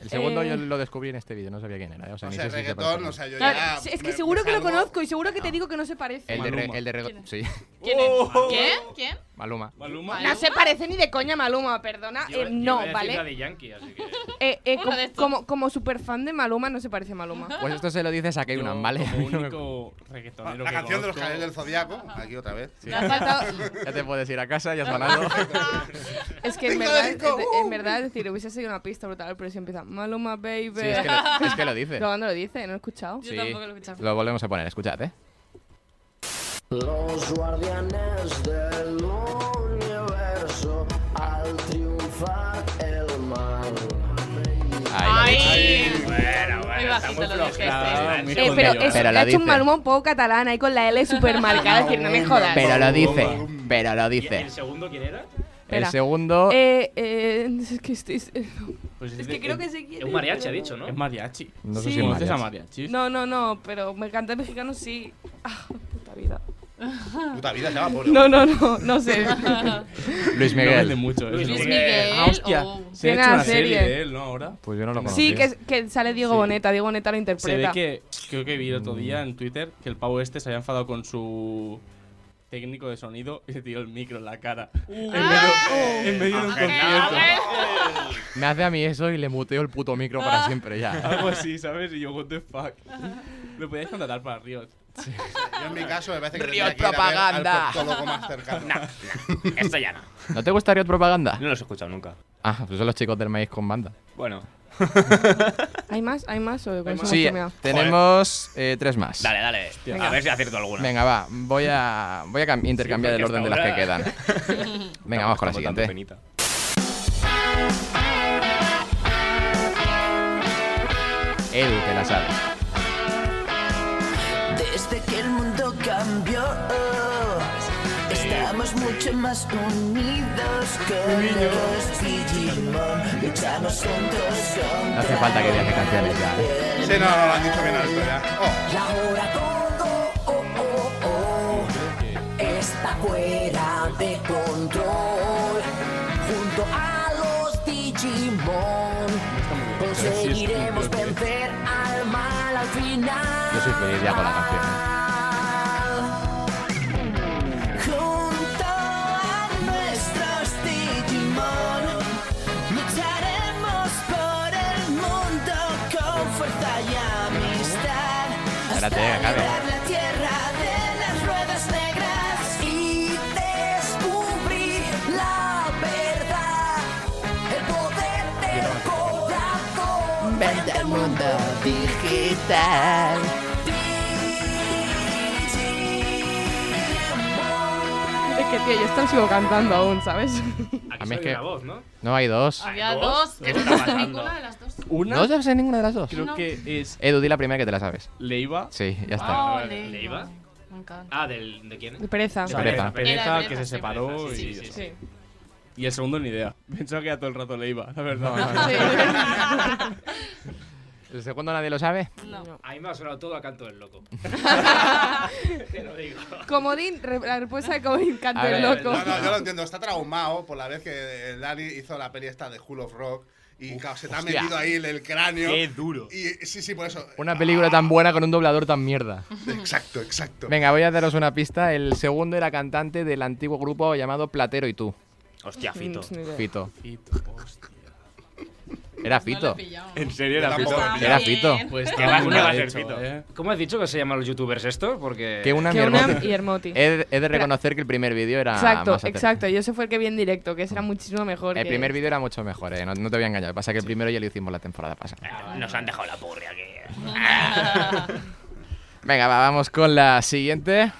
B: El segundo
C: Eh.
B: yo lo descubrí en este vídeo, no sabía quién era. ¿eh? O sea,
D: O
B: ni
D: sea,
B: sé si se
D: reggaetón,
B: parece.
D: o sea, yo
C: Claro,
D: ya.
C: es que
D: me-
C: seguro
D: me
C: que lo
D: salgo.
C: conozco y seguro que te digo que no se parece.
B: El de, re-
A: Maluma.
B: el de reggaetón. Sí,
F: ¿Quién es?
A: Oh.
F: ¿Quién? ¿Quién?
B: Maluma.
A: Maluma.
C: No se parece ni de coña Maluma, perdona.
O: Yo-
C: eh,
O: yo
C: no,
O: voy a decir la
C: ¿vale?
O: de Yankee, así que-
C: Eh, eh,
F: Uno
C: com-
F: de estos.
C: como, como super fan de Maluma, no se parece a Maluma.
B: Pues esto se lo dices a
A: Yo,
B: Keyunan, ¿vale?
A: Como
B: No me-
A: único reggaetonero
D: La
A: que
D: canción de los
A: conozco-
D: canales del zodiaco. Aquí otra vez.
B: Sí.
C: Le ha faltado-
B: Ya te puedes ir a casa, ya has ganado.
C: Es que en
D: Cinco de
C: verdad,
D: cinco,
C: es- en
D: uh.
C: verdad, es decir, hubiese sido una pista brutal, pero si empieza Maluma, baby.
B: Sí, es que lo, es que lo dices.
C: Pero cuando lo dice, no he escuchado.
F: Yo tampoco lo he escuchado.
B: Lo volvemos a poner, escuchad, ¿eh?
M: Los guardianes del universo al triunfar el mal.
B: Ahí lo dices.
F: Bueno, bueno, Muy bajito lo dijiste.
A: Ah, muy
C: Eh, pero
A: escondida.
B: Pero
C: es que
B: la
C: ha hecho un
B: dice.
C: Maluma un poco catalán ahí con la L super marcada, es decir, no me jodas.
B: Pero lo dice,
D: Maluma.
B: pero lo
O: ¿Y
B: dice.
O: el segundo quién era?
B: El
C: Espera.
B: segundo...
C: Eh, eh, es que estoy...
A: Pues
C: Es
A: de-
C: que creo que
A: es,
C: se
O: Es
C: quiere.
O: un mariachi, ha dicho, ¿no?
A: es mariachi.
B: No sé
C: sí.
B: si es
A: ¿Conoces a
B: mariachi.
A: mariachi?
C: No, no, no, pero me encanta el mexicano, sí. Ah, puta vida.
D: Puta vida, ya va por.
C: No, no, no, no sé.
B: Luis
A: No vende
B: Miguel.
A: mucho.
O: Luis
A: eso.
F: Luis
O: Miguel.
F: Miguel.
A: Ah, hostia.
F: o-
A: Se ha
C: Tiene
A: hecho
C: la
A: una serie.
C: serie.
A: de él, ¿no? Ahora.
B: Pues yo no lo conocía.
C: Sí, que, que sale Diego
A: Sí.
C: Boneta, Diego Boneta lo
A: Se ve
C: interpreta.
A: que, creo que vi el otro día en Twitter que el pavo este se había enfadado con su técnico de sonido y se tiró el micro en la cara. en, medio, en medio de un
F: Eh,
A: concierto.
B: Me hace a mí eso y le muteo el puto micro para siempre ya.
A: Algo así, ¿sabes? Y yo, what the fuck. Lo podíais contratar para Riot.
D: Yo en mi caso me parece que
B: Río
D: tendría que ir a ver al
B: propaganda.
D: proctólogo más cercano.
O: Esto ya no.
B: ¿No te gustaría otra propaganda?
N: No los he escuchado nunca.
B: Ah, pues son los chicos del maíz con banda.
N: Bueno,
C: ¿Hay más? ¿Hay más? ¿O con eso
B: Sí,
C: hemos terminado?
B: tenemos eh, tres más.
N: dale, dale. A ver si acierto alguna.
B: Venga, va, voy a, voy a cam- intercambiar
N: porque
B: el orden de
N: hasta
B: las que quedan.
N: ahora-
B: Venga, vamos con la
N: Estamos dando penita.
B: siguiente. Edu, que la sabe.
G: Desde que el mundo cambió, estamos mucho más unidos que los Digimon. Luchamos juntos contra
B: No hace falta que viaje canciones ya. ¿eh?
D: Sí, no, no, lo han dicho bien alto ya. Oh,
G: Y ahora todo oh, oh, oh, está fuera de control. Junto a los Digimon conseguiremos vencer al mal al final.
B: Yo soy feliz ya con la canción. ¿eh?
G: Junto a nuestros Digimon lucharemos por el mundo con fuerza y amistad. Hasta
B: Espérate, que acabe.
G: librar la tierra de las ruedas negras y descubrir la verdad. El poder del corazón. Vente al mundo digital.
C: Es que, tío, yo esto sigo cantando aún, ¿sabes?
O: Aquí
B: A mí
O: se oye
B: es que-
O: una voz, ¿no?
B: No hay dos.
F: Había
O: ¿Dos?
F: dos.
O: ¿Qué
F: ¿Qué
O: está
F: no sé
O: pasando?
F: ninguna de las dos.
A: Una
B: ¿No sabes ninguna de las dos?
A: creo que es
B: Edu, di la primera que te la sabes.
A: Leiva.
B: Sí, ya está.
F: Ah,
O: vale, vale.
F: Leiva.
O: ¿Leiva?
F: Me encanta.
O: Ah, del, ¿de quién?
C: De pereza.
A: O sea,
B: Pereza.
A: Pereza,
F: Era de
A: Pereza, que
F: Pereza,
A: se
F: sí,
A: separó
O: Pereza, sí,
A: y,
O: sí, sí.
C: Sí.
A: y el segundo ni idea. Pensaba que era todo el rato Leiva, la verdad.
C: Sí.
B: ¿El segundo nadie lo sabe?
G: A mí me ha sonado todo a canto del loco. Te lo digo.
C: Comodín, re- la respuesta de Comodín, canto
B: A
C: el
B: ver,
C: loco.
D: No, no, yo lo entiendo. Está traumado por la vez que el Dani hizo la peli esta de Hull of Rock. Y claro, se te ha
B: hostia.
D: metido ahí el, el cráneo.
B: Qué
D: duro. Y sí, sí, por eso.
B: Una película tan buena con un doblador tan mierda.
D: Exacto, exacto.
B: Venga, voy a daros una pista. El segundo era cantante del antiguo grupo llamado Platero y tú.
E: Hostia, Fito.
B: Mm, ni idea. Fito.
A: Fito, hostia.
B: Era Fito.
E: ¿En serio
B: era Fito? Era Fito.
G: Pues
B: Que va-
G: tampoco
B: que va a
G: he
B: ser
G: hecho,
B: Fito.
G: ¿eh? ¿Cómo has dicho que se llaman los youtubers esto? Porque.
B: Que una
C: Que Unam y Hermoti.
B: He, de- he de
C: Espera.
B: reconocer que el primer vídeo era.
C: Exacto,
B: más ater-
C: exacto. Yo ese fue el que vi en directo, que será muchísimo mejor.
B: El
C: que-
B: primer vídeo era mucho mejor, eh, no, no te voy a engañar. Pasa que el primero ya lo hicimos la temporada
G: Ah,
B: pasada.
E: Nos han dejado la porria aquí.
B: Venga, va, vamos con la siguiente.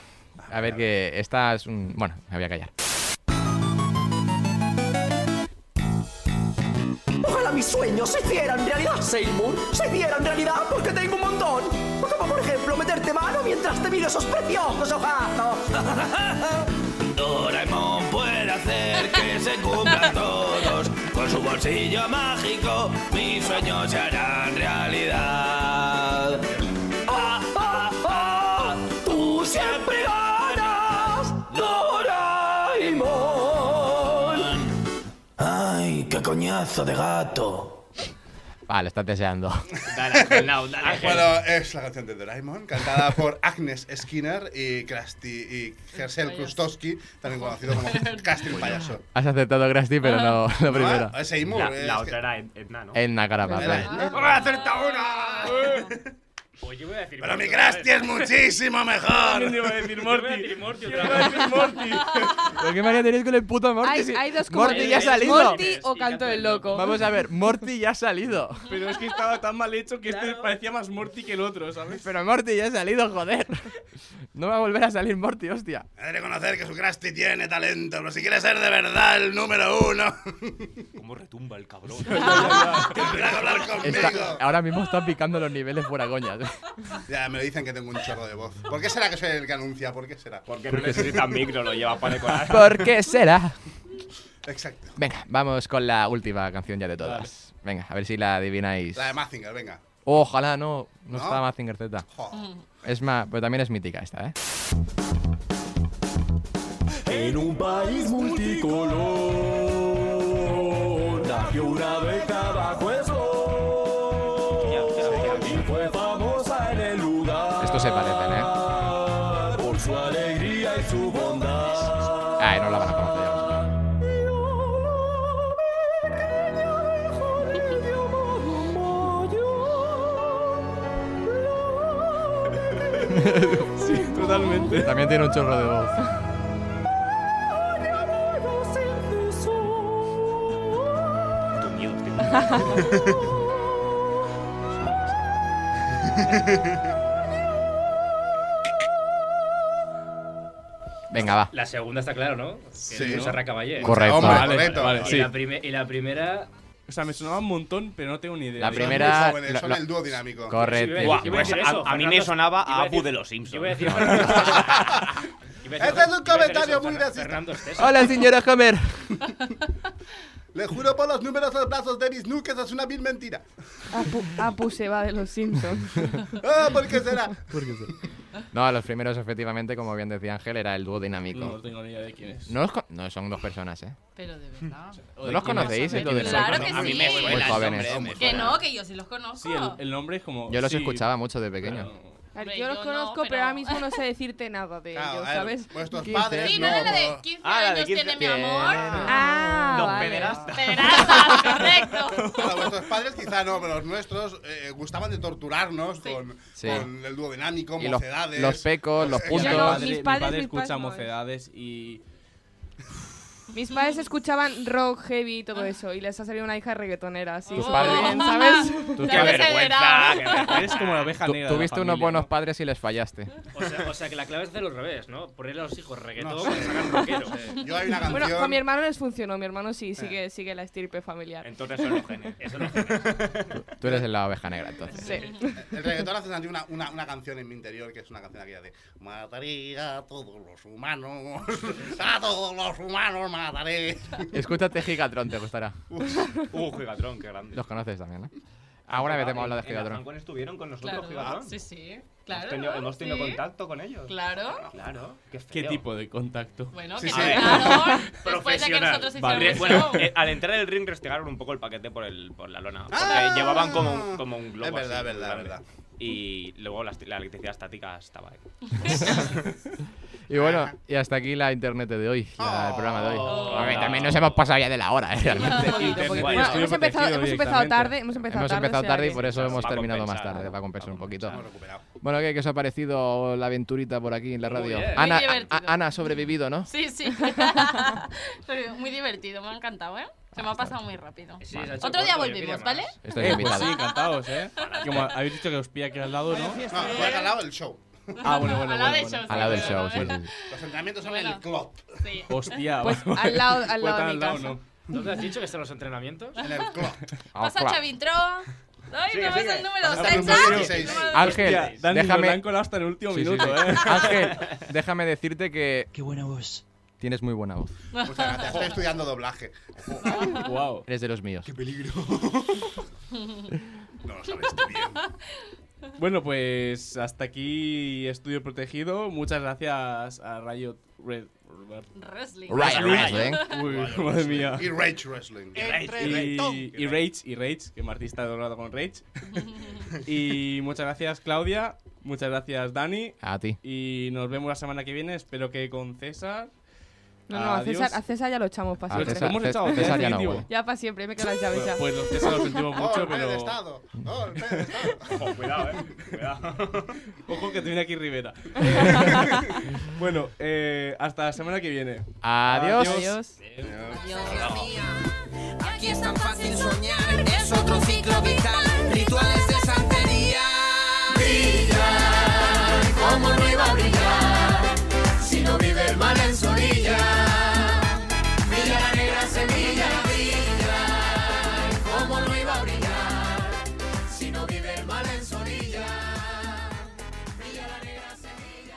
B: A ver que esta es un... Bueno, me voy a callar.
I: Ojalá mis sueños se hicieran realidad, Seymour. Se hicieran realidad porque tengo un montón. Como por ejemplo meterte mano mientras te miro esos preciosos ojazos.
P: Doraemon puede hacer que se cumplan todos. Con su bolsillo mágico, mis sueños se harán realidad.
I: Ah, ah, ah, tú siempre ganas, Doraemon.
P: ¡Ay, qué coñazo de gato!
B: Vale, estás deseando.
D: Ah, Bueno, es la canción de Doraemon, cantada por Agnes Skinner y, Krusty, y Gersel Krustowski, también conocido como Krusty el payaso.
B: Has aceptado Krusty, pero no lo primero.
D: Ah, Seymour.
E: La-
D: eh,
E: la
D: es
E: otra
D: que-
E: era Edna, ¿no?
B: Edna Carapaz,
D: Era
B: eh.
D: Edna.
E: ¡He acertado una!
G: Pues yo voy a decir.
D: Pero mi
G: Morty
D: Krusty
G: otra
D: es
G: vez.
D: muchísimo
G: Yo
D: mejor.
G: iba a decir Morty. Yo iba a decir Morty otra
A: iba a
G: vez.
A: decir Morty.
B: ¿Pero qué manía tenéis con el puto Morty?
C: Hay,
B: Si-
C: hay dos
B: Morty ya ha
C: Comodines,
B: salido.
C: Morty o Canto del Loco.
B: Vamos a ver, Morty ya ha salido.
A: Pero es que estaba tan mal hecho que este parecía más Morty que el otro, ¿sabes?
B: Pero Morty ya ha salido, joder. No va a volver a salir Morty, hostia.
D: He de reconocer que su Krusty tiene talento, pero si quiere ser de verdad el número uno,
E: ¿Cómo retumba el cabrón?
D: tendrá que hablar conmigo.
B: Está- ahora mismo está picando los niveles fuera coña.
D: Ya me dicen que tengo un chorro de voz. ¿Por qué será que soy el que anuncia? ¿Por qué será?
E: Porque no necesita micro, lo lleva para decorar.
B: ¿Por qué será?
D: Exacto.
B: Venga, vamos con la última canción ya de todas. Venga, a ver si la adivináis.
D: La de Mazinger, venga.
B: Ojalá no, no,
D: ¿No?
B: está Mazinger Z.
D: Mm.
B: Es más, pero también es mítica esta, ¿eh?
P: En un país multicolor nació una abeja bajo el sol y fue famosa en el lugar
B: Estos se parecen, ¿eh?
P: por su alegría y su bondad.
B: Ay, Ah, no la van a conocer. ya lo sé.
A: Sí, totalmente.
B: También tiene un chorro de voz.
E: Tu miedo, tu miedo.
B: Venga, va.
G: La segunda está claro, ¿no? Que
D: Sí.
G: es Montserrat Caballé.
B: Correcto. Hombre,
G: Vale,
D: correcto.
G: vale, vale.
A: Sí.
G: Y, la prime- y la primera.
A: O sea, me sonaba un montón, pero no tengo ni idea.
B: La
A: de-
B: primera.
D: Son muy jóvenes, son
B: lo-
D: el dúo dinámico.
B: Correcto.
G: Sí,
E: Buah,
G: Yo iba a
E: pues
G: decir
E: a,
G: eso,
E: a mí me
G: Fernando.
E: sonaba
G: Yo iba
E: a
G: a decir-
E: Abu de los
G: Yo voy a
E: Simpsons.
G: decir. Yo iba a decir-
D: Este es un
G: yo iba a decir
D: comentario
G: eso,
D: muy
G: Fer-
D: racista.
G: Fernando Esteso.
B: Hola, señora Homer.
D: Le juro por los números de brazos de mis nuques, es una vil mentira.
C: Apu, Apu se va de los Simpsons.
D: Ah, ¿por qué será?
B: No, los primeros, efectivamente, como bien decía Ángel, era el dúo
A: No
B: dinámico.
A: tengo ni idea de quién es.
B: No, los con- no son dos personas, ¿eh?
F: Pero de verdad.
B: ¿No los conocéis? El dúo
F: Claro
B: dinámico.
F: que
E: a mí
F: sí.
E: me
F: Muy
E: suena el
B: jóvenes.
E: nombre, me
F: Que
E: suena.
F: no, que yo sí los conozco.
A: Sí, el, el nombre es como.
B: Yo los
A: sí,
B: escuchaba mucho de pequeño.
A: pero-
C: A ver,
F: Hombre,
C: yo los
F: yo no,
C: conozco, pero...
F: pero-
C: ahora mismo no sé decirte nada de
D: Claro,
C: ellos,
D: a ver,
C: ¿sabes?
D: Vuestros
B: ¿Qué
D: padres.
F: Sí, no, era la de
D: pero-
F: 15
E: Ah, la de
F: años
E: 15
F: tiene mi amor.
C: Ah,
E: Los
C: vale.
E: pederastas.
F: Pederastas, correcto.
D: Claro, vuestros padres quizá no, pero los nuestros eh, gustaban de torturarnos con,
B: Sí.
D: con el dúo dinámico,
B: Y los,
D: mocedades.
B: los pecos, los
C: O sea,
B: puntos.
C: no,
A: padre-
C: mis
A: mi
C: padres-
A: padre
C: mis
A: escucha
C: padres no, eh.
A: mocedades y.
C: Mis padres escuchaban rock, heavy y todo eso, y les ha salido una hija reggaetonera, así
B: Tus
C: que
B: padres-
C: bien, ¿sabes?
E: ¡Qué
F: Ya me he
E: vergüenza!
F: enterado.
E: qué vergüenza.
A: Eres como la oveja
B: Tú-
A: negra. de la
B: Tuviste unos
A: familia,
B: buenos
A: ¿no?
B: padres y les fallaste.
G: O sea, o sea, que la clave es hacerlo al revés, ¿no? Ponerle a los hijos reggaetón
D: No
G: para que se hagan rockeros.
D: Yo hay una canción. Eh.
C: Bueno, con mi hermano les funcionó, mi hermano sí, sigue, sigue la estirpe familiar.
E: Entonces son los genes.
G: Eso no es
B: Tú eres la oveja negra, entonces.
C: Sí.
D: El reggaetón hace sentir una, una, una canción en mi interior que es una canción aquella de Mataría a todos los humanos, a todos los humanos mataré.
B: Escúchate Gigatron, te gustará.
E: Uh, Gigatron, qué grande.
B: Los conoces también, ¿no?
G: Ah,
B: Ahora
E: vez
B: veremos lo de
E: En
B: Gigatron.
E: Alzancón estuvieron con nosotros,
F: Claro,
E: Gigatron.
F: sí, sí, claro,
E: Hemos tenido, hemos tenido
F: sí.
E: contacto con ellos.
F: Claro.
E: Claro. Qué, feo.
A: ¿Qué tipo de contacto?
F: Bueno,
E: Sí,
F: que
E: sí.
F: llegaron después de que nosotros hiciéramos
E: Vale.
F: el
E: Bueno,
F: show.
E: eh, al entrar el ring restregaron un poco el paquete por, el, por la lona. Porque
D: Ah.
E: llevaban como un, como un globo.
D: Es verdad,
E: así,
D: verdad,
E: grande.
D: verdad.
E: Y luego la, la electricidad estática estaba ahí.
F: Ah,
B: Y bueno, y hasta aquí la internet de hoy, la- el programa de hoy.
E: Oh.
B: Hombre, también nos hemos pasado ya de la hora, eh, realmente.
C: Bueno, hemos, empezado, hemos empezado tarde, hemos empezado
B: Hemos
C: tarde,
B: empezado
C: o sea
B: tarde y
C: que-
B: por eso
E: Claro,
B: hemos
E: va a
B: terminado más
E: compensar.
B: tarde, va a compensar un poquito.
E: Hemos recuperado.
B: Bueno, ¿qué, qué os ha parecido la aventurita por aquí en la
E: Muy
B: radio?
E: bien.
B: Ana,
F: Muy divertido.
B: a- Ana ha sobrevivido, ¿no?
F: Sí, sí. Pero Muy divertido, me ha encantado, ¿eh? Se me ha pasado muy rápido.
G: Sí, se ha hecho
F: Otro día
G: corto, yo quería
F: volvemos,
G: más.
F: ¿vale?
B: Estáis
A: Eh, pues
B: invitados.
A: sí, encantados, ¿eh? Como habéis dicho que os pilla aquí al lado, ¿no?
D: No, fue al lado del show.
A: Ah, bueno, bueno,
F: Al lado
A: bueno,
F: del
A: bueno.
F: show,
B: Al lado del show, sí,
F: Bueno,
B: sí, sí.
D: Los entrenamientos son
F: Bueno.
D: el club.
F: Sí.
A: Hostia,
C: Pues
A: bueno,
C: al lado- al
A: pues
C: lado de
A: tan
C: mi
A: al lado,
C: casa.
A: no.
G: ¿No te has dicho que están los entrenamientos?
D: En el club.
F: Pasa
B: Ojalá.
F: Chavintro. Ay,
D: Sigue,
F: no
D: sigue.
F: ves el número ¿ah?
D: Pasa
F: 6,
D: el número 16.
B: Ángel,
A: Hostia, Dani,
B: déjame-
A: nos la han colado hasta el último
B: Sí, sí,
A: minuto,
B: sí.
A: ¿eh?
B: Ángel, déjame decirte que
L: Qué buena voz.
B: tienes muy buena voz.
D: Muchas gracias. Estoy estudiando doblaje.
A: Wow.
B: Eres de los míos.
D: peligro. No lo sabes tú bien.
A: Bueno, pues hasta aquí Estudio Protegido. Muchas gracias a Riot Red.
F: Wrestling.
B: Riot Wrestling.
A: Uy, madre mía.
D: Y Rage Wrestling.
A: pues, Y, y Rage, y Rage, que Martista está dorado con Rage. y muchas gracias, Claudia. Muchas gracias, Dani.
B: A ti.
A: Y nos vemos la semana que viene. Espero que con César.
C: No, no, a
A: Adiós.
C: César, a César ya lo echamos para
B: A
C: siempre.
B: César-
A: hemos
B: Cés-
A: echado,
B: César
A: ya
B: ya no
A: definitivo.
B: vuelve.
C: Ya para siempre, me quedan las llaves ya.
A: Pues los César lo sentimos
D: Oh,
A: mucho,
D: el rey de
A: pero.
D: Estado. Oh, el rey de Estado.
E: Ojo, cuidado, eh. Cuidado.
A: Ojo que te viene aquí Rivera. bueno, eh, hasta la semana que viene.
B: Adiós.
C: Adiós.
J: Aquí es tan fácil soñar, es otro ciclo vital, rituales de santería. Brilla, como no iba a brillar, si no vive el mal en su orilla. Brilla la negra semilla, brilla, como no iba a brillar, si no vive el mal en su orilla. Brilla la negra semilla.